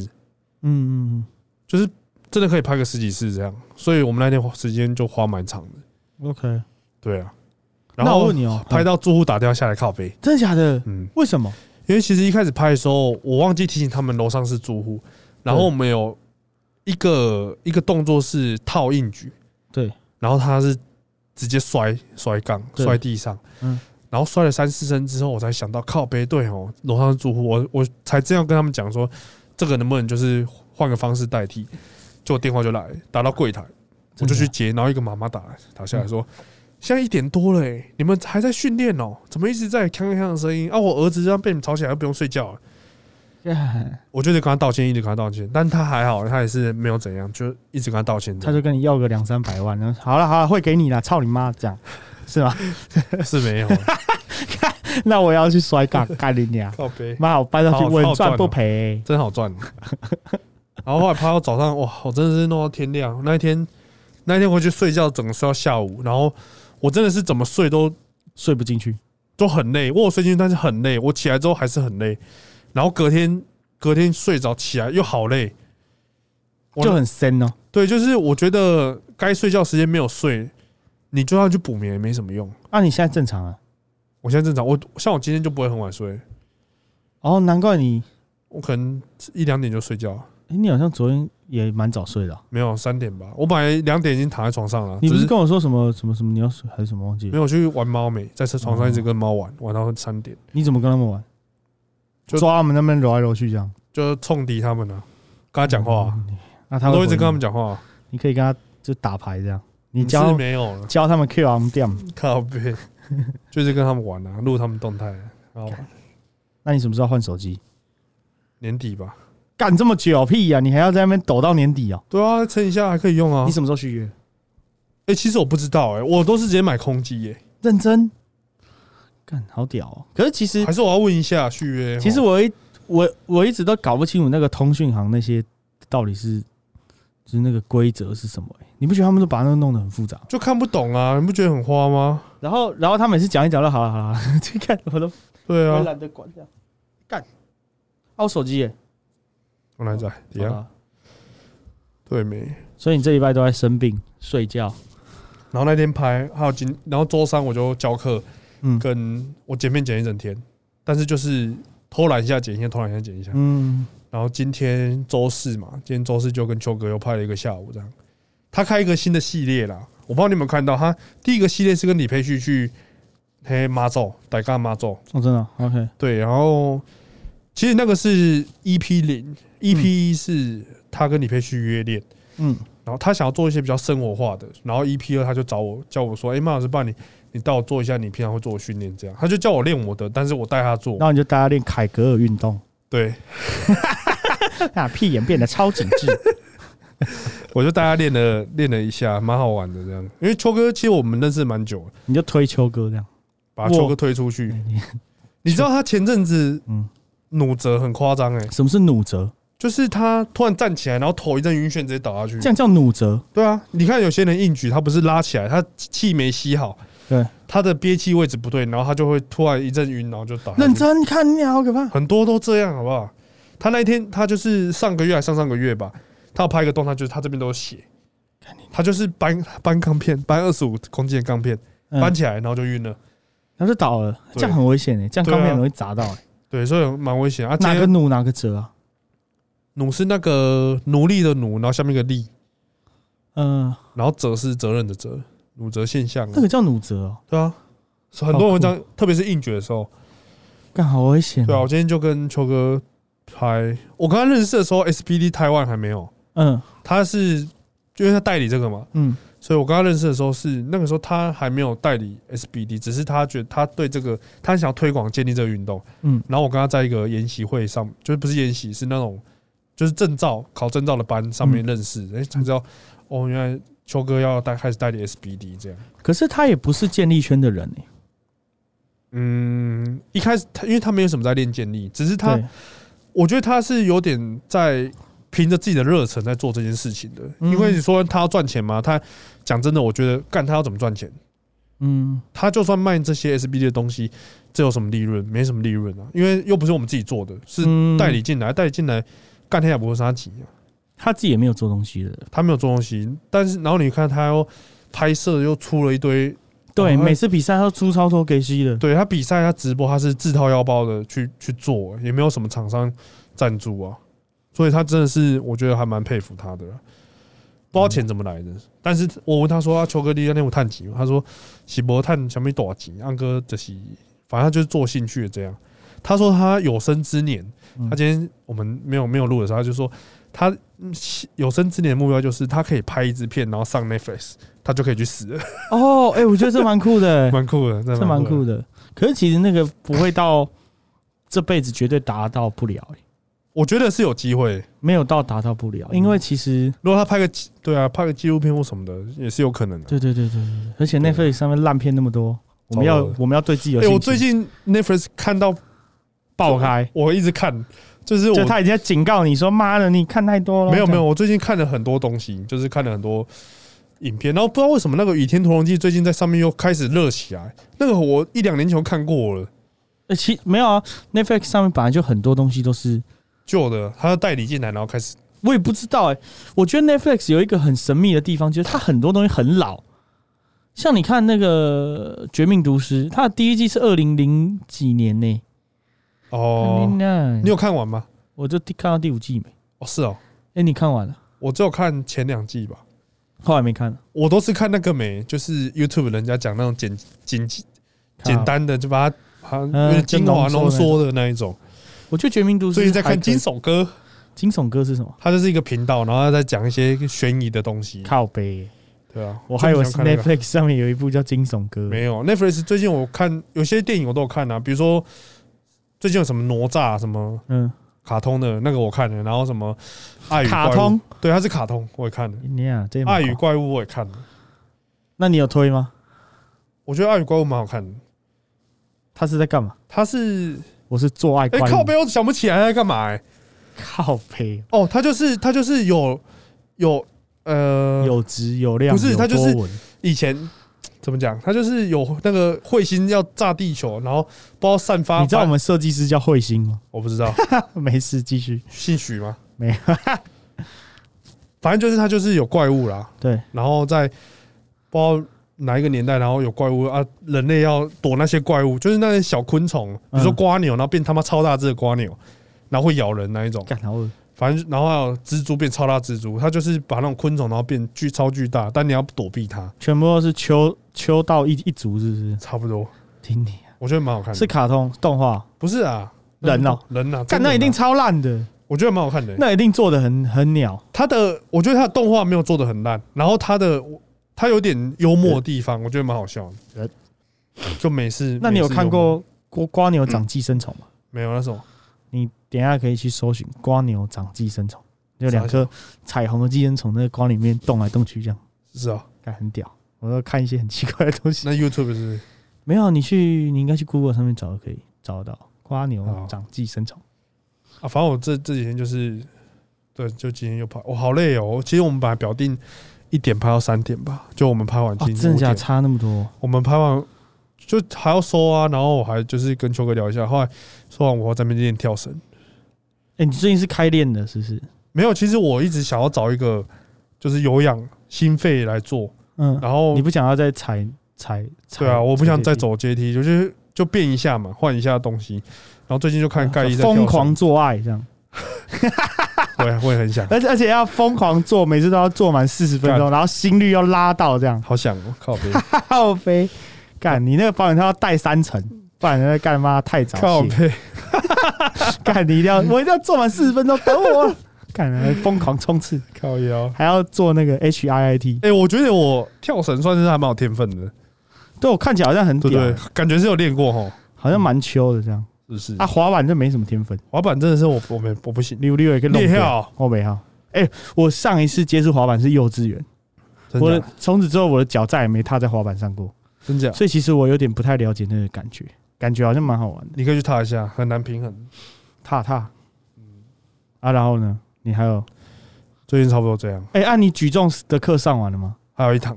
Speaker 2: 嗯嗯，
Speaker 1: 就是真的可以拍个十几次这样。所以我们那天花时间就花蛮长的，
Speaker 2: 嗯，OK。
Speaker 1: 对啊。然
Speaker 2: 那我
Speaker 1: 后
Speaker 2: 问你哦、
Speaker 1: 拍到住户打电话下来靠背，
Speaker 2: 真的假的？
Speaker 1: 嗯，
Speaker 2: 为什么？
Speaker 1: 因为其实一开始拍的时候，我忘记提醒他们楼上是住户，然后我们有一个一个动作是套印举，
Speaker 2: 对，
Speaker 1: 然后他是直接摔摔杠
Speaker 2: 对
Speaker 1: 摔地上，
Speaker 2: 嗯
Speaker 1: 然后摔了三四声之后，我才想到靠背对哦，楼上是住户，我我才这样跟他们讲说，这个能不能就是换个方式代替，就电话就来打到柜台，我就去接，然后一个妈妈打来打下来说。现在一点多了、欸，你们还在训练哦？怎么一直在锵锵锵的声音啊？我儿子这样被你们吵起来，又不用睡觉了。啊
Speaker 2: 干，
Speaker 1: 我就得跟他道歉，一直跟他道歉，但他还好，他也是没有怎样，就一直跟他道歉。
Speaker 2: 他就跟你要个两三百万，然后好了好了，会给你啦，操你妈，这样是吗？
Speaker 1: 是没有
Speaker 2: 那我要去摔杠，干你娘！
Speaker 1: 靠背，
Speaker 2: 妈，我搬上去
Speaker 1: 好
Speaker 2: 稳
Speaker 1: 好赚
Speaker 2: 赚
Speaker 1: 哦
Speaker 2: 不赔、
Speaker 1: 真好赚。然后后来拍到早上，哇，我真的是弄到天亮。那一天，那一天回去睡觉，整个睡到下午，然后我真的是怎么睡都
Speaker 2: 睡不进去。
Speaker 1: 都很累。我有睡进去，但是很累。我起来之后还是很累，然后隔天隔天睡着起来又好累。我
Speaker 2: 就很深哦。
Speaker 1: 对，就是我觉得该睡觉时间没有睡，你就要去补眠也没什么用。
Speaker 2: 啊，你现在正常了？
Speaker 1: 我现在正常，我像我今天就不会很晚睡，
Speaker 2: 哦，难怪你，
Speaker 1: 我可能一两点就睡觉，
Speaker 2: 诶你好像昨天也蛮早睡的啊、
Speaker 1: 没有三点吧。我本来两点已经躺在床上了，
Speaker 2: 你
Speaker 1: 啊只
Speaker 2: 不是
Speaker 1: 是
Speaker 2: 跟我说什么什么什么你要睡还是什么忘记
Speaker 1: 没
Speaker 2: 了？
Speaker 1: 有去玩猫美，在床
Speaker 2: 哦
Speaker 1: 上一直跟猫玩，玩到三点，
Speaker 2: 你怎么跟他们玩？
Speaker 1: 就
Speaker 2: 抓他们那边揉来揉去这样。
Speaker 1: 就冲敌他们啊，跟他讲话啊、
Speaker 2: 嗯，那他
Speaker 1: 我
Speaker 2: 会
Speaker 1: 都一直跟他们
Speaker 2: 回
Speaker 1: 讲话啊、
Speaker 2: 你，你可以跟他就打牌这样。你
Speaker 1: 你是
Speaker 2: 教
Speaker 1: 没有了，
Speaker 2: 教他们 Q M 店，
Speaker 1: 靠背， 就是跟他们玩啊，录他们动态啊，然后
Speaker 2: 那你什么时候换手机？
Speaker 1: 年底吧，
Speaker 2: 干这么久哦屁呀、你还要在那边抖到年底哦、
Speaker 1: 对啊，撑一下还可以用啊
Speaker 2: 你。什么时候续约？
Speaker 1: 哎，其实我不知道哎、我都是直接买空机耶，
Speaker 2: 认真，干好屌、哦。可是其实
Speaker 1: 还是我要问一下续约哦。
Speaker 2: 其实我一我我一直都搞不清楚那个通讯行那些到底是就是那个规则是什么、欸你不觉得他们都把那个弄得很复杂？
Speaker 1: 就看不懂啊，你不觉得很花吗？
Speaker 2: 然后然后他每次讲一讲就好了好了，好了这看我都
Speaker 1: 对
Speaker 2: 我
Speaker 1: 啊
Speaker 2: 也，懒得管这样。干，啊，我手机耶，
Speaker 1: 我来哦在底下
Speaker 2: 啊
Speaker 1: 对没？
Speaker 2: 所以你这礼拜都在生病、睡觉，
Speaker 1: 然后那天拍，还有今，然后周三我就教课，
Speaker 2: 嗯
Speaker 1: 跟我剪片剪一整天，但是就是偷懒一下剪一下，偷懒一下剪一下。
Speaker 2: 嗯，
Speaker 1: 然后今天周四嘛，今天周四就跟秋哥又拍了一个下午这样。他开一个新的系列啦，我不知道你有没有看到，他第一个系列是跟李佩旭去嘿妈祖，大干妈祖，
Speaker 2: 哦，真的哦，OK，
Speaker 1: 对，然后其实那个是 EP 零，EP 一是他跟李佩旭约练，
Speaker 2: 嗯，
Speaker 1: 然后他想要做一些比较生活化的，然后 EP 二他就找我叫我说，哎、马老师，爸你你带我做一下你平常会做的训练，这样，他就叫我练我的，但是我带他做
Speaker 2: 然，后你就大家练凯格尔运动，
Speaker 1: 对
Speaker 2: 那屁眼变得超紧致，
Speaker 1: 我就带他练了练了一下，蛮好玩的这样，因为秋哥其实我们认识蛮久了，
Speaker 2: 你就推秋哥这样，
Speaker 1: 把
Speaker 2: 哇
Speaker 1: 秋哥推出去，你知道他前阵子
Speaker 2: 嗯，
Speaker 1: 努折很夸张哎，
Speaker 2: 什么是弩折？
Speaker 1: 就是他突然站起来，然后头一阵晕眩直接倒下去
Speaker 2: 这，样叫弩折，
Speaker 1: 对啊，你看有些人硬举，他不是拉起来，他气没吸好，
Speaker 2: 对，
Speaker 1: 他的憋气位置不对，然后他就会突然一阵晕，然后就倒下去。
Speaker 2: 认真看，你好可怕，
Speaker 1: 很多都这样，好不好？他那一天，他就是上个月还上上个月吧，他要拍一个动态，就是他这边都有血，他就是搬搬钢片，搬二十五公斤的钢片，
Speaker 2: 嗯
Speaker 1: 搬起来然后就晕了。
Speaker 2: 然后就倒了，
Speaker 1: 对
Speaker 2: 这样很危险欸诶，这样
Speaker 1: 对啊
Speaker 2: 钢片很容易砸到诶，
Speaker 1: 对，所以蛮危险啊。今
Speaker 2: 哪个
Speaker 1: 天
Speaker 2: 弩哪个折啊？
Speaker 1: 弩是那个奴隶的奴，然后下面一个力，
Speaker 2: 嗯，
Speaker 1: 然后责是责任的责，弩责现象啊。
Speaker 2: 那个叫弩折哦，
Speaker 1: 对啊，所以很多文章，特别是硬举的时候，
Speaker 2: 干好危险
Speaker 1: 对啊，
Speaker 2: 哦，
Speaker 1: 我今天就跟秋哥拍，我跟他认识的时候，SPD 台湾还没有，
Speaker 2: 嗯
Speaker 1: 他是因为他代理这个嘛，
Speaker 2: 嗯，
Speaker 1: 所以我跟他认识的时候是那个时候他还没有代理 SBD，只是他觉得他对这个他想要推广建立这个运动，
Speaker 2: 嗯，
Speaker 1: 然后我跟他在一个研习会上，就是不是研习是那种就是证照考证照的班上面认
Speaker 2: 嗯
Speaker 1: 识，哎、才知道哦，原来秋哥要带开始代理 SBD 这样。
Speaker 2: 可是他也不是建立圈的人欸诶，
Speaker 1: 嗯，一开始他因为他没有什么在练建立，只是他
Speaker 2: 对，
Speaker 1: 我觉得他是有点在凭着自己的热忱在做这件事情的，
Speaker 2: 嗯
Speaker 1: 因为你说他要赚钱嘛，他讲真的，我觉得干他要怎么赚钱？
Speaker 2: 嗯
Speaker 1: 他就算卖这些 SBD 的东西，这有什么利润？没什么利润啊，因为又不是我们自己做的，是
Speaker 2: 嗯
Speaker 1: 代理进来，代理进来干天也不会杀鸡啊，
Speaker 2: 他自己也没有做东西的，
Speaker 1: 他没有做东西，但是然后你看他又拍摄又出了一堆，
Speaker 2: 对，
Speaker 1: 哦他
Speaker 2: 每次比赛他都出超多给息的，
Speaker 1: 对他比赛他直播他是自掏腰包的去去做，也没有什么厂商赞助啊，所以他真的是我觉得还蛮佩服他的啦。不知道钱怎么来的，但是我问他说：“啊，邱哥，你那有探钱吗？”他说：“喜博探小米多少钱？安哥这是，反正他就是做兴趣的这样。”他说他有生之年，
Speaker 2: 嗯
Speaker 1: 他今天我们没有没有录的时候，他就说他嗯有生之年的目标就是他可以拍一支片，然后上 Netflix，他就可以去死 了，
Speaker 2: 哦，哎、我觉得这蛮酷的、欸，
Speaker 1: 蛮酷的，真
Speaker 2: 这
Speaker 1: 的
Speaker 2: 蛮
Speaker 1: 的
Speaker 2: 酷的。可是其实那个不会到这辈子绝对达到不了、欸，
Speaker 1: 我觉得是有机会，
Speaker 2: 没有到达到不了，
Speaker 1: 嗯
Speaker 2: 因为其实
Speaker 1: 如果他拍个纪对啊，拍个纪录片或什么的，也是有可能的。
Speaker 2: 对对对对对，而且 Netflix 上面烂片那么多，我们要
Speaker 1: 糟了
Speaker 2: 我们要对自己有
Speaker 1: 哎、
Speaker 2: 信心。
Speaker 1: 我最近 Netflix 看到
Speaker 2: 爆开，
Speaker 1: 我一直看，就是
Speaker 2: 就
Speaker 1: 我
Speaker 2: 他已经在警告你说：“妈的，你看太多了。”
Speaker 1: 没有
Speaker 2: 这
Speaker 1: 没
Speaker 2: 样
Speaker 1: 有，，我最近看了很多东西，就是看了很多影片，然后不知道为什么那个《倚天屠龙记》最近在上面又开始热起来，那个我一两年前就看过了，
Speaker 2: 呃其没有啊，Netflix 上面本来就很多东西都是，
Speaker 1: 旧的，他代理进来，然后开始
Speaker 2: 我也不知道哎、我觉得 Netflix 有一个很神秘的地方，就是它很多东西很老。像你看那个《绝命毒师》，它的第一季是二零零几年呢、
Speaker 1: 哦。
Speaker 2: 那
Speaker 1: 你有看完吗？
Speaker 2: 我就第看到第五季没？
Speaker 1: 哦，是哦，
Speaker 2: 哎、你看完了？
Speaker 1: 我只有看前两季吧，
Speaker 2: 后来没看了。
Speaker 1: 我都是看那个美，就是 YouTube 人家讲那种简简
Speaker 2: 看
Speaker 1: 简
Speaker 2: 了，
Speaker 1: 单的，就把它把它
Speaker 2: 嗯
Speaker 1: 有点精华
Speaker 2: 就浓
Speaker 1: 浓
Speaker 2: 缩
Speaker 1: 缩的那一种。
Speaker 2: 嗯我觉得《绝命毒师》
Speaker 1: 最近在看金
Speaker 2: 惊
Speaker 1: 手哥，
Speaker 2: 惊悚歌是什么？
Speaker 1: 他就是一个频道，然后他在讲一些悬疑的东西。
Speaker 2: 靠背欸、
Speaker 1: 对啊，
Speaker 2: 我还以为是
Speaker 1: 就比较看那个
Speaker 2: Netflix 上面有一部叫《惊悚歌》，
Speaker 1: 没有 Netflix。最近我看有些电影我都有看啊，比如说最近有什么哪吒什么
Speaker 2: 嗯，
Speaker 1: 卡通的那个我看了，然后什么爱与
Speaker 2: 卡
Speaker 1: 怪物
Speaker 2: 通，
Speaker 1: 对，它是卡通我也看了，
Speaker 2: 你啊，这也蛮
Speaker 1: 爱与
Speaker 2: 酷
Speaker 1: 怪物我也看了，
Speaker 2: 那你有推吗？
Speaker 1: 我觉得爱与怪物蛮好看的。
Speaker 2: 他是在干嘛？
Speaker 1: 它是
Speaker 2: 我是做爱
Speaker 1: 哎、
Speaker 2: 观影，
Speaker 1: 靠背，我想不起来它在干嘛哎、
Speaker 2: 靠背，
Speaker 1: 哦，它就是它就是有有呃呃
Speaker 2: 有质有量，
Speaker 1: 不是
Speaker 2: 有
Speaker 1: 他就是
Speaker 2: 多文
Speaker 1: 以前怎么讲？它就是有那个彗星要炸地球，然后不知道散发。
Speaker 2: 你知道我们设计师叫彗星吗？
Speaker 1: 我不知道，
Speaker 2: 没事，继续。
Speaker 1: 姓许吗？
Speaker 2: 没有，
Speaker 1: 反正就是它就是有怪物啦，
Speaker 2: 对，
Speaker 1: 然后在不知道哪一个年代，然后有怪物啊，人类要躲那些怪物，就是那些小昆虫，比如说
Speaker 2: 嗯
Speaker 1: 瓜牛，然后变他妈超大只的瓜牛，然后会咬人那一种。
Speaker 2: 干好恶。
Speaker 1: 反正然后还有蜘蛛变超大蜘蛛，它就是把那种昆虫然后变巨超巨大，但你要躲避它，
Speaker 2: 全部都是秋秋到一一族，是不是？
Speaker 1: 差不多。
Speaker 2: 听你
Speaker 1: 我觉得蛮好看的，
Speaker 2: 是卡通动画，
Speaker 1: 不是啊？
Speaker 2: 人哦
Speaker 1: 人啊，
Speaker 2: 干
Speaker 1: 真人啊
Speaker 2: 那一定超烂的，
Speaker 1: 我觉得蛮好看的欸。
Speaker 2: 那一定做的很很鸟。
Speaker 1: 它的我觉得它的动画没有做的很烂，然后它的它有点幽默的地方，我觉得蛮好笑的
Speaker 2: 人。
Speaker 1: 就美式，
Speaker 2: 呃那你有
Speaker 1: 美式幽
Speaker 2: 看
Speaker 1: 默
Speaker 2: 过瓜瓜牛长寄生虫吗？
Speaker 1: 没有那种？
Speaker 2: 你等一下可以去搜寻瓜牛长寄生虫，有两颗彩虹的寄生虫在瓜里面动来动去，这样
Speaker 1: 是啊，
Speaker 2: 感很屌。我要看一些很奇怪的东西。
Speaker 1: 那 YouTube 是
Speaker 2: 没有，啊你去你应该去 Google 上面找可以找得到瓜牛
Speaker 1: 好
Speaker 2: 长寄生虫。
Speaker 1: 啊，反正我这这几天就是，对，就今天又拍，我、好累哦。其实我们本来表定一点拍到三点吧，就我们拍完
Speaker 2: 哦
Speaker 1: 进、，
Speaker 2: 真的假的差那么多？
Speaker 1: 我们拍完就还要收啊，然后我还就是跟秋哥聊一下，后来说完我要在那边练跳绳。
Speaker 2: 哎、你最近是开练的，是不是？
Speaker 1: 没有，其实我一直想要找一个就是有氧心肺来做，
Speaker 2: 嗯，
Speaker 1: 然后
Speaker 2: 你不想要再踩踩踩？
Speaker 1: 哦对啊，我不想再
Speaker 2: 踩
Speaker 1: 走阶梯，就是就变一下嘛，换一下东西。然后最近就看 盖伊在跳绳
Speaker 2: 啊疯狂，做爱这样，
Speaker 1: 我也我也很想，
Speaker 2: 而且而且要疯狂做，每次都要做满四十分钟，然后心率要拉到 这样。
Speaker 1: 好想哦，靠背
Speaker 2: 靠飞，干你那个保险套要带三层，不然那干妈太早
Speaker 1: 靠
Speaker 2: 泄。
Speaker 1: 背，
Speaker 2: 干你一定要，我一定要做满四十分钟，等我。 干还疯狂冲刺，
Speaker 1: 靠腰。
Speaker 2: 还要做那个 H I I T，
Speaker 1: 哎、我觉得我跳绳算是还蛮有天分的，
Speaker 2: 对我看起来好像很
Speaker 1: 对
Speaker 2: 屌
Speaker 1: 不，对？感觉是有练过吼，
Speaker 2: 好像蛮秋的这样。
Speaker 1: 是不是？
Speaker 2: 啊，滑板就没什么天分，
Speaker 1: 滑板真的是我我没我不行，
Speaker 2: 溜溜也跟弄
Speaker 1: 厉害
Speaker 2: 掉。
Speaker 1: 哦，
Speaker 2: 我没好。哎，我上一次接触滑板是幼稚园，
Speaker 1: 真
Speaker 2: 我
Speaker 1: 的啊
Speaker 2: 的从此之后我的脚再也没踏在滑板上过，
Speaker 1: 真假？
Speaker 2: 所以其实我有点不太了解那个感觉，感觉好像蛮好玩的。
Speaker 1: 你可以去踏一下，很难平衡。
Speaker 2: 踏踏，
Speaker 1: 嗯
Speaker 2: 啊，然后呢？你还有
Speaker 1: 最近差不多这样，
Speaker 2: 哎、按、你举重的课上完了吗？
Speaker 1: 还有一趟。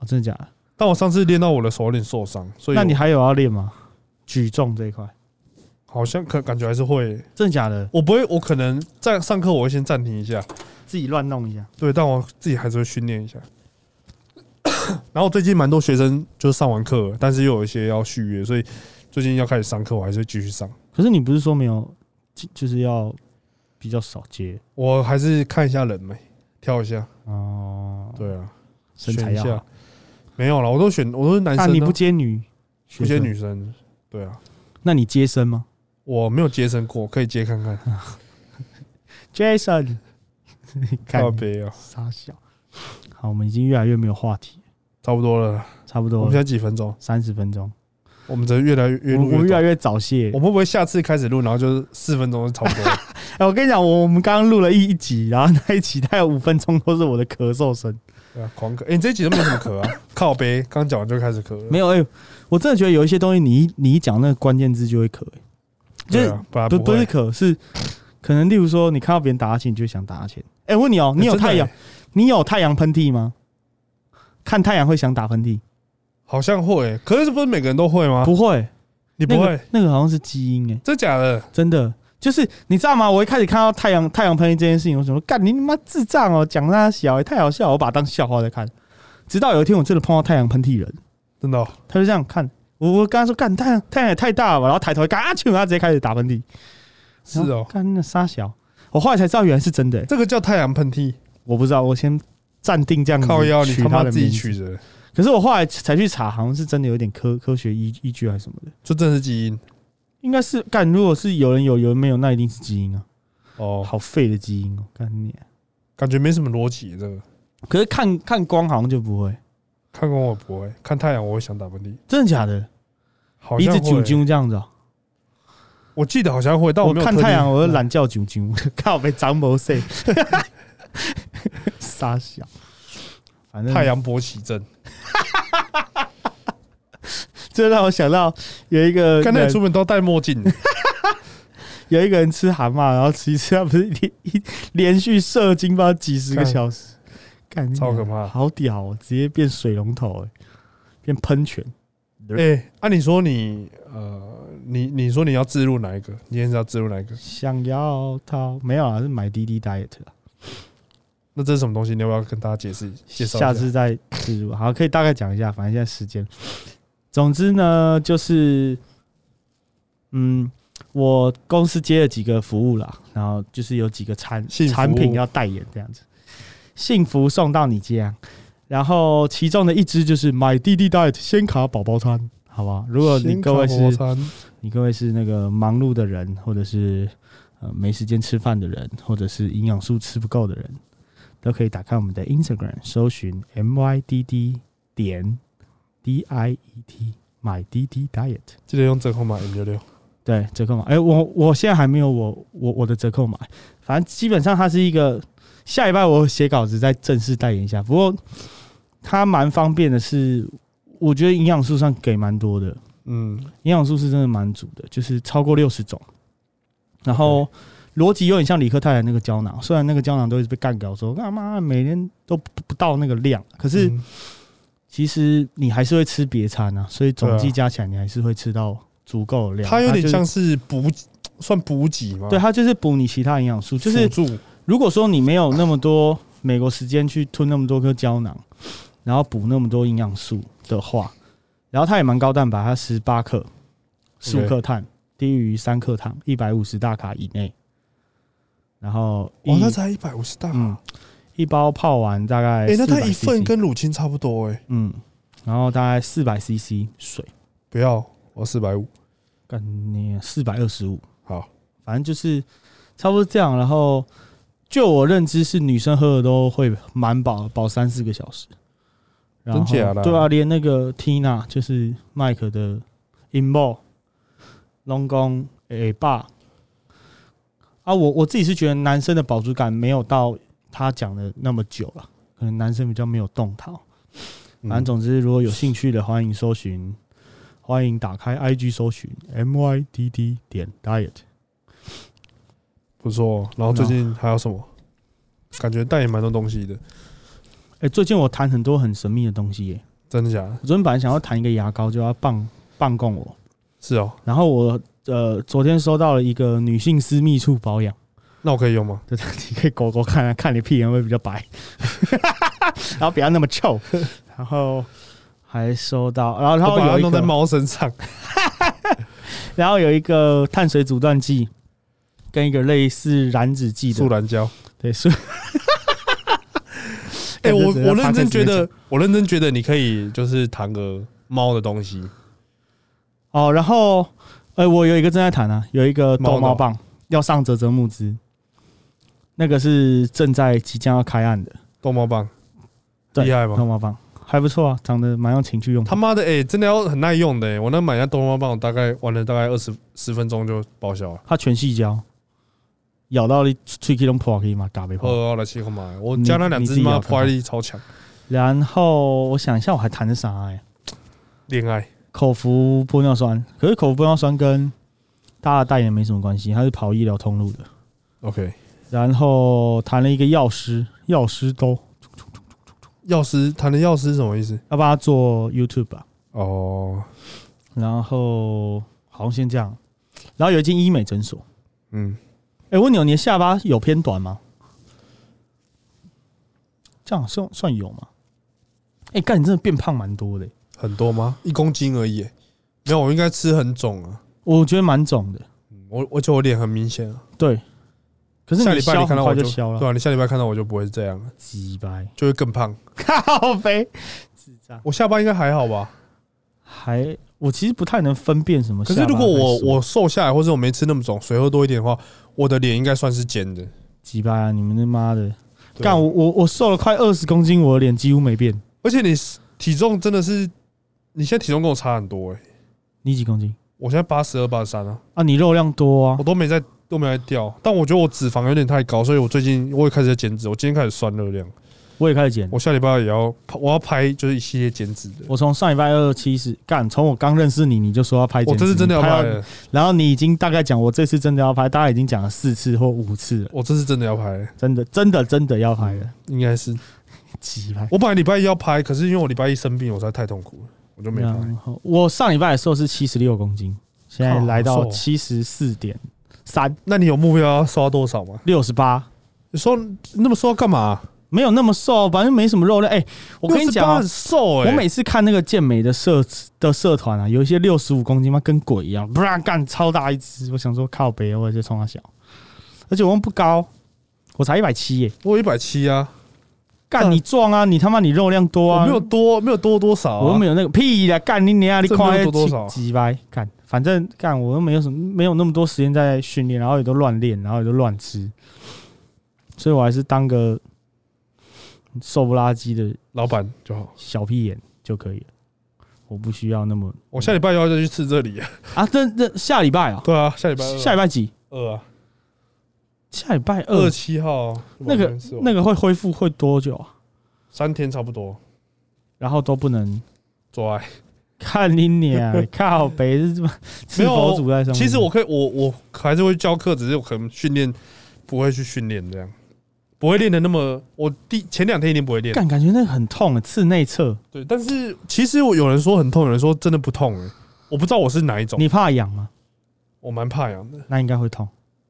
Speaker 2: 哦，真的假的？
Speaker 1: 但我上次练到我的手有点受伤，所以
Speaker 2: 那你还有要练吗？举重这一块，
Speaker 1: 好像可感觉还是会，
Speaker 2: 真的假的？
Speaker 1: 我不会，我可能在上课我会先暂停一下，
Speaker 2: 自己乱弄一下。
Speaker 1: 对，但我自己还是会训练 一下。然后最近蛮多学生就是上完课了，但是又有一些要续约，所以最近要开始上课，我还是会继续上。
Speaker 2: 可是你不是说没有，就就是要比较少接
Speaker 1: 我还是看一下人没，挑一下。
Speaker 2: 哦，
Speaker 1: 对啊，
Speaker 2: 身
Speaker 1: 选
Speaker 2: 材
Speaker 1: 一
Speaker 2: 要
Speaker 1: 下
Speaker 2: 好。。
Speaker 1: 没有了，我都选，我都是男
Speaker 2: 那
Speaker 1: 生、啊，
Speaker 2: 你不接女，
Speaker 1: 不接女，生？对啊，
Speaker 2: 那你接生吗
Speaker 1: 我没有接生过，可以接看看。
Speaker 2: ？Jason，
Speaker 1: 靠
Speaker 2: 看
Speaker 1: 背啊，
Speaker 2: 傻笑。好，我们已经越来越没有话题，
Speaker 1: 差不多了。
Speaker 2: 差不
Speaker 1: 我
Speaker 2: 多
Speaker 1: 们现在几分钟？
Speaker 2: 三十分钟，
Speaker 1: 我们只是越来越越
Speaker 2: 我
Speaker 1: 录
Speaker 2: 我们
Speaker 1: 越
Speaker 2: 越来
Speaker 1: 短。
Speaker 2: 越早泄
Speaker 1: 我。们会不会下次开始录，然后就是四分钟就差不多了？
Speaker 2: 哎、我跟你讲，我我们刚刚录了一一集，然后那一集大概有五分钟都是我的咳嗽声。
Speaker 1: 对啊，狂咳。哎，你这一集都没什么咳 啊？靠背，刚讲完就开始咳了。
Speaker 2: 没有哎、我真的觉得有一些东西你一，你一讲那个关键字就会咳、欸，就
Speaker 1: 对
Speaker 2: 是、
Speaker 1: 啊，本来
Speaker 2: 不
Speaker 1: 不
Speaker 2: 不是
Speaker 1: 会
Speaker 2: 咳，是可能例如说你看到别人打哈欠，你就想打哈欠。哎、我问你哦、你有
Speaker 1: 真的
Speaker 2: 太阳
Speaker 1: 欸，
Speaker 2: 你有太阳喷嚏吗？看太阳会想打喷嚏？
Speaker 1: 好像会欸，可是不是每个人都会吗？
Speaker 2: 不会，
Speaker 1: 你不
Speaker 2: 那
Speaker 1: 会
Speaker 2: 个，那个好像是基因哎、
Speaker 1: 真假的？
Speaker 2: 真的。就是你知道吗？我一开始看到太阳太阳喷嚏这件事情，我想说干你他妈智障哦、讲那小、欸、太好笑了，我把它当笑话在看。直到有一天我真的碰到太阳喷嚏人，
Speaker 1: 真的哦？
Speaker 2: 他就这样看我，我跟他说干太阳太阳也太大了吧，然后抬头一看啊，去，他直接开始打喷嚏。
Speaker 1: 是
Speaker 2: 然
Speaker 1: 哦
Speaker 2: 后，干那傻小，我后来才知道原来是真的、欸，
Speaker 1: 这个叫太阳喷嚏，
Speaker 2: 我不知道，我先暂定这样子
Speaker 1: 靠腰，你
Speaker 2: 嗯取
Speaker 1: 他妈
Speaker 2: 的
Speaker 1: 自己
Speaker 2: 名字。
Speaker 1: 取的，
Speaker 2: 可是我后来才去查，好像是真的有点科科学依依据还是什么的，
Speaker 1: 就真的是基因
Speaker 2: 应该是干。如果是有人有，有人没有，那一定是基因啊，
Speaker 1: 哦，
Speaker 2: 好废的基因哦、干你啊、
Speaker 1: 感觉没什么逻辑。这个
Speaker 2: 可是看看光好像就不会，
Speaker 1: 看光我不会，看太阳我会想打喷嚏，
Speaker 2: 真的假的？
Speaker 1: 好
Speaker 2: 一
Speaker 1: 像
Speaker 2: 直
Speaker 1: 会
Speaker 2: 啾
Speaker 1: 欸。
Speaker 2: 啾这样子、哦。
Speaker 1: 我记得好像会，但
Speaker 2: 我
Speaker 1: 没有
Speaker 2: 看
Speaker 1: 特地嗯
Speaker 2: 太阳，我就懒叫啾啾， 靠被张博士， 傻小。反正
Speaker 1: 太阳勃起症，
Speaker 2: 这让我想到有一个
Speaker 1: 看那
Speaker 2: 人
Speaker 1: 你出门都要戴墨 镜，
Speaker 2: 有一个人吃蛤蟆，然后吃一吃，他不是连一连续射精不知 道几十个小时，干
Speaker 1: 超可
Speaker 2: 你娘
Speaker 1: 怕
Speaker 2: 好屌、哦，直接变水龙头哎、变喷泉。
Speaker 1: 哎，按你说你呃，你你说你要自入哪一个？你今天是要自入哪一个？
Speaker 2: 想要它没有啊，是买滴滴 diet 啊。
Speaker 1: 那这是什么东西？你要不要跟大家解释介绍一
Speaker 2: 下次再记录。好，可以大概讲一下，反正现在时间。总之呢，就是，嗯，我公司接了几个服务啦，然后就是有几个产
Speaker 1: 幸福
Speaker 2: 产品要代言这样子，幸福送到你家。然后其中的一支就是买弟弟 diet 先卡宝宝餐，好吧？如果你
Speaker 1: 新卡
Speaker 2: 各位
Speaker 1: 火
Speaker 2: 是
Speaker 1: 山
Speaker 2: 你各位是那个忙碌的人，或者是呃没时间吃饭的人，或者是营养素吃不够的人，都可以打开我们的 Instagram，搜寻 MYDD 点 DIET 买 DD diet。
Speaker 1: 记得用折扣码 M 六六。
Speaker 2: 对，折扣码。哎、我我现在还没有我我我的折扣码，反正基本上它是一个下礼拜我写稿子再正式代言一下。不过它蛮方便的是，我觉得营养素上给蛮多的。
Speaker 1: 嗯，
Speaker 2: 营养素是真的蛮足的，就是超过六十种。然后逻辑有点像理科太太那个胶囊，虽然那个胶囊都一直被干掉，说干嘛每天都不不到那个量，可是
Speaker 1: 嗯
Speaker 2: 其实你还是会吃别餐啊，所以总
Speaker 1: 对
Speaker 2: 计
Speaker 1: 啊
Speaker 2: 加起来你还是会吃到足够的量。
Speaker 1: 它有点
Speaker 2: 啊就是
Speaker 1: 像，是补，算补给嘛，
Speaker 2: 对，，它就是补你其他营养素，就是
Speaker 1: 辅助。
Speaker 2: 如果说你没有那么多美国时间去吞那么多颗胶囊，然后补那么多营养素的话，然后它也蛮高蛋白，它十八克，十五克碳，低于三克糖，一百五十大卡以内。然后一、
Speaker 1: 哦哇，那才一百五十大卡。
Speaker 2: 嗯，一包泡完大概
Speaker 1: 哎，那它
Speaker 2: 400
Speaker 1: 一份
Speaker 2: CC
Speaker 1: 跟乳清差不多哎。
Speaker 2: 嗯，然后大概四百 CC 水，
Speaker 1: 不要，我四百五。
Speaker 2: 干你四百二十五，
Speaker 1: 好，
Speaker 2: 反正就是差不多这样。然后就我认知是女生喝的都会蛮饱，饱三四个小时。然后
Speaker 1: 真假的啊
Speaker 2: 对啊，连那个 Tina 就是麦克的 Inbo 龙宫 A 哎爸啊，我我自己是觉得男生的饱足感没有到他讲的那么久了，可能男生比较没有动弹。
Speaker 1: 嗯
Speaker 2: 反正总之，如果有兴趣的，欢迎搜寻，欢迎打开 IG 搜寻 MYDD 点 diet。
Speaker 1: 不错。哦然后最近还有什么？感觉代言蛮多东西的，
Speaker 2: 哎、最近我谈很多很神秘的东西耶。
Speaker 1: 真的假的？
Speaker 2: 我昨天本来想要谈一个牙膏，就要棒棒供我，
Speaker 1: 是哦，
Speaker 2: 然后我呃昨天收到了一个女性私密处保养，
Speaker 1: 那我可以用吗？
Speaker 2: 就是 你可以勾勾看啊看你屁眼会不会比较白， 然后不要那么臭，然后还收到，然后然
Speaker 1: 我把
Speaker 2: 后
Speaker 1: 它
Speaker 2: 有
Speaker 1: 弄
Speaker 2: 一
Speaker 1: 在
Speaker 2: 个，
Speaker 1: 猫身上。
Speaker 2: 然后有一个碳水阻断剂，跟一个类似燃脂剂
Speaker 1: 素
Speaker 2: 的，
Speaker 1: 兰胶。
Speaker 2: 对，是
Speaker 1: 哎、
Speaker 2: 感觉
Speaker 1: 我
Speaker 2: 只能
Speaker 1: 我认真
Speaker 2: podcast
Speaker 1: 觉
Speaker 2: 里
Speaker 1: 得
Speaker 2: 面，
Speaker 1: 我认真觉得你可以就是谈个猫的东西，
Speaker 2: 哦，然后呃，我有一个正在谈啊，有一个逗
Speaker 1: 猫
Speaker 2: 猫
Speaker 1: 的
Speaker 2: 棒要上泽泽募资，那个是正在即将要开案的
Speaker 1: 逗猫棒，
Speaker 2: 对
Speaker 1: 厉害
Speaker 2: 逗
Speaker 1: 吗？
Speaker 2: 猫棒，还不错啊，长得蛮有情趣用途。
Speaker 1: 他妈的，哎、真的要很耐用的、哎我那买下逗猫棒，我大概玩了大概二十十分钟就报销了。
Speaker 2: 它全细胶，咬到你吹气都破可以吗？嘎被破。
Speaker 1: 哦，来七号买，我
Speaker 2: 你
Speaker 1: 家那两只
Speaker 2: 你自己
Speaker 1: 猫
Speaker 2: 要看看
Speaker 1: 破坏力超强，
Speaker 2: 然后我想一下，我还谈的啥哎、
Speaker 1: 恋爱
Speaker 2: 口服玻尿酸，可是口服玻尿酸跟大家代言没什么关系，它是跑医疗通路的。
Speaker 1: OK。
Speaker 2: 然后谈了一个药师，药师都
Speaker 1: 药师谈的药师是什么意思？
Speaker 2: 要帮他做 YouTube 啊吧、
Speaker 1: 哦，
Speaker 2: 然后好像先这样，然后有一间医美诊所。
Speaker 1: 嗯，
Speaker 2: 哎、我问你哦，你的下巴有偏短吗？这样算算有吗？哎、干，你真的变胖蛮多的欸、
Speaker 1: 很多吗？一公斤而已、哎没有，我应该吃很肿啊。
Speaker 2: 我觉得蛮肿的。
Speaker 1: 嗯我而且我脸很明显啊，
Speaker 2: 对，可是
Speaker 1: 下
Speaker 2: 你
Speaker 1: 礼拜你
Speaker 2: 消
Speaker 1: 看
Speaker 2: 很
Speaker 1: 到
Speaker 2: 快
Speaker 1: 我
Speaker 2: 就
Speaker 1: 就
Speaker 2: 消
Speaker 1: 对
Speaker 2: 了，
Speaker 1: 啊，你下礼拜看到我就不会这样了，
Speaker 2: 鸡掰，
Speaker 1: 就会更胖。
Speaker 2: 靠背，智障。
Speaker 1: 我下巴应该还好吧？
Speaker 2: 还我其实不太能分辨什么
Speaker 1: 可
Speaker 2: 下
Speaker 1: 是
Speaker 2: 巴还
Speaker 1: 如
Speaker 2: 是什么。
Speaker 1: 果我我瘦下来，或者我没吃那么肿，水喝多一点的话，我的脸应该算是尖的。
Speaker 2: 鸡掰啊，你们他妈的
Speaker 1: 对
Speaker 2: 干我我我瘦了快二十公斤，我的脸几乎没变。
Speaker 1: 而且你体重真的是，你现在体重跟我差很多哎、
Speaker 2: 你几公斤
Speaker 1: 我现在八十二、八十三啊，
Speaker 2: 啊？你肉量多啊
Speaker 1: 我？都没在都没在掉。但我觉得我脂肪有点太高，所以我最近我也开始在减脂。我今天开始算热量，
Speaker 2: 我也开始减。
Speaker 1: 我下礼拜也要拍我要拍就是一系列减脂的。
Speaker 2: 我从上礼拜二七十干，从我刚认识你，你就说要拍，
Speaker 1: 我这次真的要拍
Speaker 2: 拍
Speaker 1: 了
Speaker 2: 到。，然后你已经大概讲我这次真的要拍，大概已经讲了四次或五次了，
Speaker 1: 我这次真的要拍了，
Speaker 2: 真的真的真的要拍了，
Speaker 1: 应该是
Speaker 2: 鸡拍
Speaker 1: 我本来礼拜一要拍，可是因为我礼拜一生病，我实在太痛苦了。我就没拍。
Speaker 3: 然后
Speaker 2: 我上礼拜的时候是七十六公斤，现在
Speaker 1: 靠
Speaker 2: 来
Speaker 1: 好
Speaker 2: 到
Speaker 1: 瘦哦
Speaker 2: 七十四点三
Speaker 1: 那你有目标要瘦到多少吗？
Speaker 2: 六十八，
Speaker 1: 你瘦那么瘦要干嘛？
Speaker 2: 没有那么瘦，哦反正没什么肉量。哎、我跟你讲
Speaker 1: 68
Speaker 2: 啊、
Speaker 1: 很瘦哎、
Speaker 2: 我每次看那个健美的社的社团啊，有一些六十五公斤嘛，跟鬼一样，不然干超大一只。我想说靠北，我就冲他小，而且我又不高，我才一百七耶。
Speaker 1: 我一百七啊，
Speaker 2: 干
Speaker 1: 干
Speaker 2: 你壮啊，你他妈你肉量多
Speaker 1: 我
Speaker 2: 啊，
Speaker 1: 没有多没有多多少、
Speaker 2: 我又
Speaker 1: 啊，
Speaker 2: 没有那个屁啦，干你娘！啊你
Speaker 1: 这
Speaker 2: 夸
Speaker 1: 没有多多少啊
Speaker 2: 几百干，反正干我又没有什么，没有那么多时间在训练，然后也都乱练，然后也都乱吃，所以我还是当个瘦不拉几的
Speaker 1: 老板就好。
Speaker 2: 小屁眼就可以了。我不需要那么
Speaker 1: 我下礼拜要再去吃这里、
Speaker 2: 啊，这这下礼拜啊、
Speaker 1: 对啊，下礼拜二
Speaker 2: 下礼拜几？
Speaker 1: 二啊，
Speaker 2: 下礼拜
Speaker 1: 二
Speaker 2: 二，
Speaker 1: 七号
Speaker 2: 那个那
Speaker 1: 个
Speaker 2: 个会恢复会多久啊？
Speaker 1: 三天差不多
Speaker 2: 然后都不 能
Speaker 1: 做爱。
Speaker 2: 看你娘，靠北是什么？是
Speaker 1: 没有
Speaker 2: 佛祖在上面。
Speaker 1: 其实我可以，我我还是会教课，只是我可能训练不会去训练这样，不会练的那么。我第前两天一定不会练，
Speaker 2: 感感觉那个很痛，啊刺内侧，
Speaker 1: 对。但是其实我有人说很痛，有人说真的不痛、欸，我不知道我是哪一种。
Speaker 2: 你怕痒吗？
Speaker 1: 我蛮怕痒的，
Speaker 2: 那应该会痛，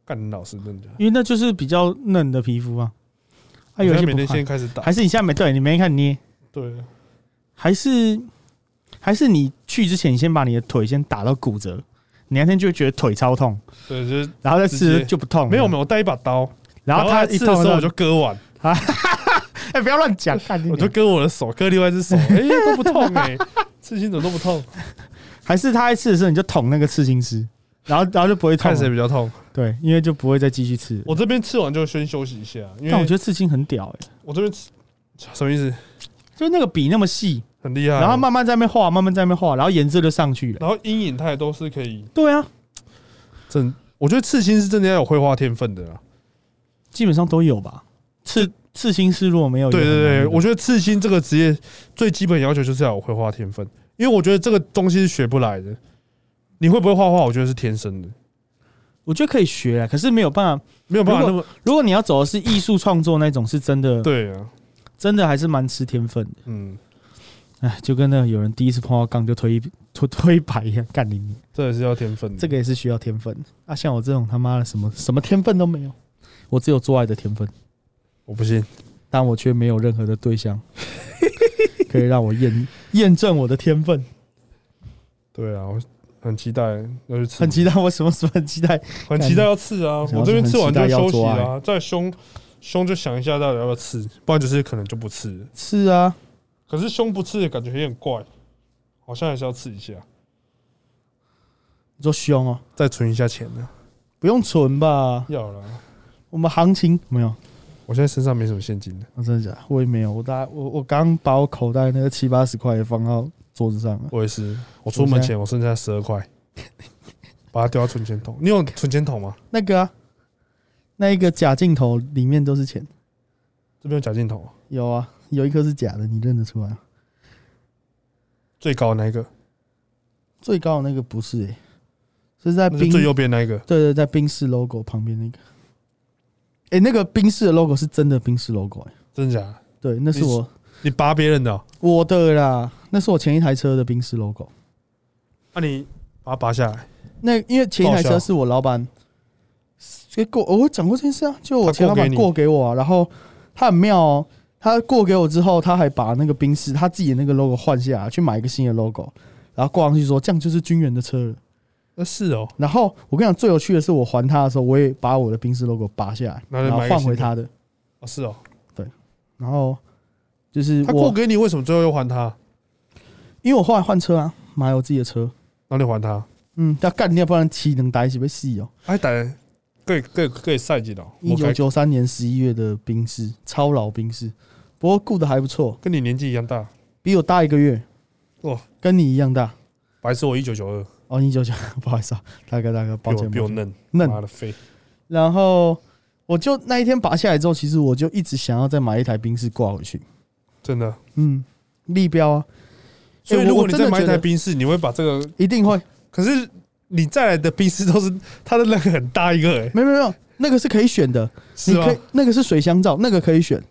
Speaker 1: 干你老师真的。
Speaker 2: 因为那就是比较嫩的皮肤啊。啊，
Speaker 1: 我
Speaker 2: 有
Speaker 1: 现在
Speaker 2: 一些
Speaker 1: 每
Speaker 2: 不
Speaker 1: 天
Speaker 2: 怕
Speaker 1: 现在开始打
Speaker 2: 还，是你现在没对你没看捏，
Speaker 1: 对，
Speaker 2: 还是还是你去之前你先把你的腿先打到骨折，你那天就会觉得腿超痛，
Speaker 1: 对，就是
Speaker 2: 然后再
Speaker 1: 直
Speaker 2: 吃
Speaker 1: 接
Speaker 2: 就不痛了。
Speaker 1: 没有没有，我带一把刀，
Speaker 2: 然后他
Speaker 1: 一
Speaker 2: 一
Speaker 1: 刺
Speaker 2: 痛
Speaker 1: 的时候
Speaker 2: 了
Speaker 1: 我就割完，
Speaker 2: 哎，不要 乱讲，看你
Speaker 1: 我就
Speaker 2: 娘
Speaker 1: 割我的手，割另外一只 手，哎、都不痛哎、刺青怎么都不痛，
Speaker 2: 还是他在刺的时候你就捅那个刺青师，然后然后就不会痛
Speaker 1: 看
Speaker 2: 了。
Speaker 1: 谁比较痛。
Speaker 2: 对，因为就不会再继续刺了。
Speaker 1: 我这边刺完就先休息一下，因
Speaker 2: 但我觉
Speaker 1: 为
Speaker 2: 得刺青很屌哎、
Speaker 1: 我这边刺什么意思？
Speaker 2: 就是那个笔那么细，
Speaker 1: 很厉害哦，
Speaker 2: 然后慢慢在那边画，慢慢在那边画，然后颜色就上去了。
Speaker 1: 然后阴影它也都是可以
Speaker 2: 对啊，
Speaker 1: 正，我觉得刺青是真的要有绘画天分的啊啦。
Speaker 2: 基本上都有吧。刺刺青师如果哦没有，
Speaker 1: 对
Speaker 2: 也很
Speaker 1: 对
Speaker 2: 难
Speaker 1: 对，
Speaker 2: 那个
Speaker 1: 我觉得刺青这个职业最基本要求就是要有绘画天分，因为我觉得这个东西是学不来的。你会不会画画？我觉得是天生的，
Speaker 2: 我觉得可以学啊，可是没有办法。
Speaker 1: 没有办法
Speaker 2: 如
Speaker 1: 那
Speaker 2: 果
Speaker 1: 么
Speaker 2: 如果你要走的是艺术创作那种，是真的，
Speaker 1: 对啊，
Speaker 2: 真的还是蛮吃天分的。
Speaker 1: 嗯，
Speaker 2: 哎，就跟那个有人第一次碰到杠就推一推推一百一样，干你娘！
Speaker 1: 这也是要天分的。
Speaker 2: 这个也是需要天分。啊，像我这种他妈的什么什么天分都没有，我只有做爱的天分，
Speaker 1: 我不信，
Speaker 2: 但我却没有任何的对 象可以让我验验证我的天分。
Speaker 1: 对啊，我很期待要去刺，
Speaker 2: 很期待，我什么什么很期待。
Speaker 1: 很期待要刺啊！
Speaker 2: 想要
Speaker 1: 我这边刺完就休息
Speaker 2: 很期待要
Speaker 1: 啊，在胸胸就想一下到底要不要刺，不然就是可能就不刺了。
Speaker 2: 是啊，
Speaker 1: 可是胸不刺的感觉有点怪，好像还是要刺一下，
Speaker 2: 你说凶哦，
Speaker 1: 再存一下钱呢。
Speaker 2: 不用存吧？
Speaker 1: 要了，
Speaker 2: 我们行情没有，
Speaker 1: 我现在身上没什么现金的，
Speaker 2: 啊、真的假的？我也没有，我大概我我刚把我口袋那个七八十块也放到桌子上了。
Speaker 1: 我也是。我出门前我剩下十二块， 把它丢到存钱筒。你有存钱筒吗？
Speaker 2: 那个啊，那一个假镜头里面都是钱，
Speaker 1: 这边有假镜筒啊，
Speaker 2: 有啊，有一颗是假的，你认得出来吗？
Speaker 1: 最高的那一个，
Speaker 2: 最高的那个不是诶、是在
Speaker 1: 那是
Speaker 2: 冰
Speaker 1: 最
Speaker 2: 对
Speaker 1: 右边那一个。
Speaker 2: 对，在冰室 logo 旁边那个。诶，那个冰室的 logo 是真的冰室 logo 诶、
Speaker 1: 真的假的？
Speaker 2: 对，那是
Speaker 1: 你是
Speaker 2: 我
Speaker 1: 你拔别人的哦？
Speaker 2: 我的啦，那是我前一台车的冰室 logo。
Speaker 1: 那啊你把它拔下来，
Speaker 2: 那因为前一台
Speaker 1: 报销
Speaker 2: 车是我老板，结果哦我讲过这件事啊，就我前老板
Speaker 1: 他过给你
Speaker 2: 过给我、啊，然后他很妙哦，他过给我之后，他还把那个冰室他自己的那个 logo 换下来，去买一个新的 logo，然后挂上去说这样就是军人的车了。
Speaker 1: 那是哦，
Speaker 2: 然后我跟你讲，最有趣的是我还他的时候，我也把我的冰室 logo 拔下来，
Speaker 1: 拿来
Speaker 2: 然后
Speaker 1: 买一个
Speaker 2: 换
Speaker 1: 新的
Speaker 2: 回他的，
Speaker 1: 哦是哦。
Speaker 2: 然后就是
Speaker 1: 他过
Speaker 2: 我
Speaker 1: 给你，为什么最后又还他？
Speaker 2: 因为我后来换车啊，买我自己的车，
Speaker 1: 然后你还他？
Speaker 2: 嗯，要干掉，不然骑能打一起被死哦。
Speaker 1: 哎，打各各各赛季的，
Speaker 2: 一
Speaker 1: 我
Speaker 2: 九
Speaker 1: 改
Speaker 2: 九三年十一月的冰室，超老冰室，不过顾的还不错，
Speaker 1: 跟你年纪一样大，
Speaker 2: 比我大一个月，
Speaker 1: 哇，
Speaker 2: 跟你一样大。
Speaker 1: 白痴我一九九二，
Speaker 2: 哦，一九九， 不好意思啊，大哥大哥，抱
Speaker 1: 比我
Speaker 2: 歉，
Speaker 1: 比我
Speaker 2: 抱歉
Speaker 1: 嫩，妈
Speaker 2: 嫩。
Speaker 1: 的废，
Speaker 2: 然后我就那一天拔下来之后，其实我就一直想要再买一台冰室挂回去，
Speaker 1: 真的。
Speaker 2: 嗯，立标啊，
Speaker 1: 所以如果
Speaker 2: 我
Speaker 1: 你
Speaker 2: 真的
Speaker 1: 再买一
Speaker 2: 觉得
Speaker 1: 台宾士，你会把这个，
Speaker 2: 一定会，
Speaker 1: 可是你再来的宾士都是它的那个很大一个，哎，
Speaker 2: 没有没有没有，那个是可以选的，
Speaker 1: 是
Speaker 2: 你
Speaker 1: 吗
Speaker 2: 可？以那个是水箱罩，那个可以选，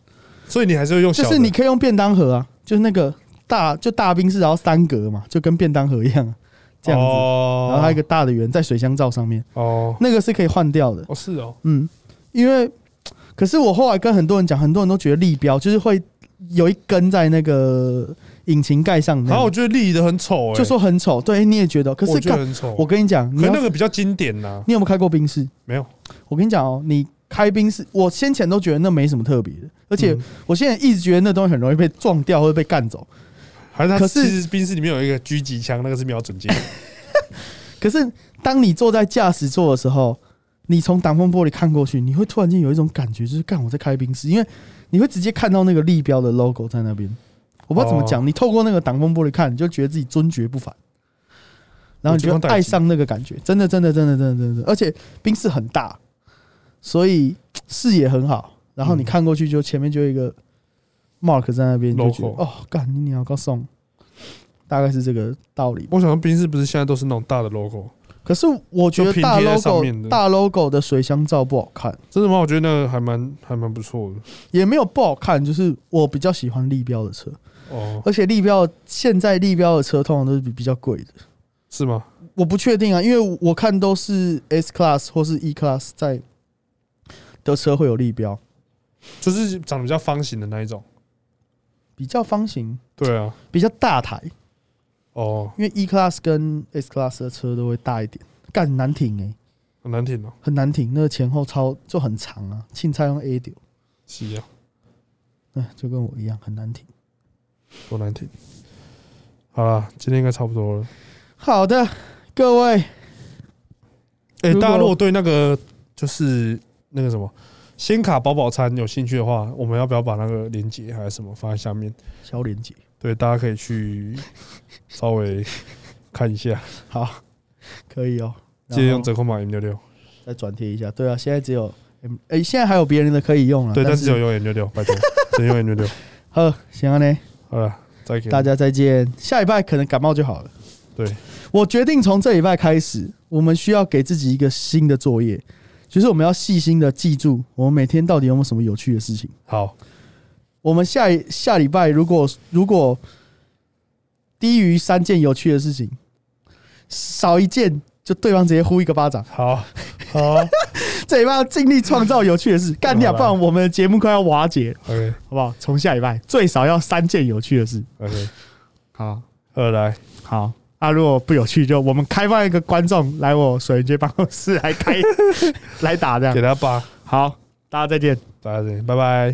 Speaker 1: 所以你还是会用
Speaker 2: 就
Speaker 1: 小的，哦
Speaker 2: 是你可以用便当盒啊，就是那个大就大冰室，然后三格嘛，就跟便当盒一样，这样子。
Speaker 1: 哦、
Speaker 2: 然后还有一个大的圆在水箱罩上面，
Speaker 1: 哦，
Speaker 2: 那个是可以换掉的。
Speaker 1: 哦是哦，
Speaker 2: 嗯，因为可是我后来跟很多人讲，很多人都觉得立标就是会有一根在那个引擎盖上面，
Speaker 1: 然后我觉得立的很丑、欸，
Speaker 2: 嗯就说很丑。对，你也觉得，可
Speaker 1: 我
Speaker 2: 是
Speaker 1: 觉得
Speaker 2: 干
Speaker 1: 很丑，
Speaker 2: 我跟你讲，你
Speaker 1: 可
Speaker 2: 要
Speaker 1: 那个比较经典呐、
Speaker 2: 你有没有开过冰室？
Speaker 1: 没有，
Speaker 2: 我跟你讲哦，你开冰室，我先前都觉得那没什么特别的，而且
Speaker 1: 嗯
Speaker 2: 我现在一直觉得那东西很容易被撞掉或者被干走。
Speaker 1: 还是他
Speaker 2: 可是
Speaker 1: 其实冰室里面有一个狙击枪，那个是瞄准镜，
Speaker 2: 可是当你坐在驾驶座的时候，你从挡风玻璃看过去，你会突然间有一种感觉，就是干我在开宾士，因为你会直接看到那个立标的 logo 在那边。我不知道怎么讲，你透过那个挡风玻璃看，你就觉得自己尊爵不凡，然后你就爱上那个感觉，真的，真的，真的，真的，真的，而且宾士很大，所以视野很好，然后你看过去就前面就有一个 mark 在那边，你就觉得
Speaker 1: Logo
Speaker 2: 哦，干你鸟高送，大概是这个道理吧。
Speaker 1: 我想说冰室不是现在都是那种大的 logo，
Speaker 2: 可是我觉得
Speaker 1: 就拼
Speaker 2: 大
Speaker 1: 贴在上
Speaker 2: logo
Speaker 1: 面的
Speaker 2: 大 logo 的水箱照不好看，
Speaker 1: 真的吗？我觉得那个还蛮还蛮不错的
Speaker 2: 也没有不好看，就是我比较喜欢立标的车，
Speaker 1: 哦，
Speaker 2: 而且立标现在立标的车通常都是比比较贵的，
Speaker 1: 是吗？
Speaker 2: 我不确定啊，因为我看都是 S Class 或是 E Class 在的车会有立标，
Speaker 1: 就是长得比较方形的那一种，
Speaker 2: 比较方形，
Speaker 1: 对啊，
Speaker 2: 比较大台，
Speaker 1: 哦，
Speaker 2: 因为 E Class 跟 S Class 的车都会大一点，干很难停诶、
Speaker 1: 很难听哦，
Speaker 2: 很难停，那个前后超就很长啊，青菜用 A 丢，
Speaker 1: 是啊，
Speaker 2: 哎，就跟我一样很难停。
Speaker 1: 多难听。好啦，今天应该差不多了。
Speaker 2: 好的，各位。
Speaker 1: 哎、
Speaker 2: 如果
Speaker 1: 大家如果对那个就是那个什么仙卡宝宝餐有兴趣的话，我们要不要把那个链接还是什么放在下面？
Speaker 2: 小连接。
Speaker 1: 对，大家可以去稍微看 一下，
Speaker 2: 好，可以 哦。
Speaker 1: 记得用
Speaker 2: 然后
Speaker 1: 折扣码 M 六六。
Speaker 2: 再转贴一下。对啊，现在只有 M，哎、现在还有别人的可以用了。
Speaker 1: 对，但
Speaker 2: 但
Speaker 1: 是只有用 M 六六，拜托，只能用 M 六六。
Speaker 2: 呵，行了呢，
Speaker 1: 好了，再给
Speaker 2: 大家再见。下礼拜可能感冒就好了。
Speaker 1: 对，
Speaker 2: 我决定从这礼拜开始，我们需要给自己一个新的作业，就是我们要细心的记住，我们每天到底有没有什么有趣的事情。
Speaker 1: 好，
Speaker 2: 我们下一下礼拜如果如果低于三件有趣的事情，少一件就对方直接呼一个巴掌。
Speaker 1: 好，好
Speaker 2: 这一拜要尽力创造有趣 的事，干掉，
Speaker 1: 好啦
Speaker 2: 啊不然我们的节目快要瓦解，
Speaker 1: ，OK，OK，、
Speaker 2: 好不好？从下一拜最少要三件有趣的事。好，
Speaker 1: 二来，
Speaker 2: 好啊，如果不有趣，就我们开放一个观众来我水云街办公室来开 来打这
Speaker 1: 给
Speaker 2: 样。
Speaker 1: 他八，
Speaker 2: 好，大家再见。
Speaker 1: 大家再见，拜拜。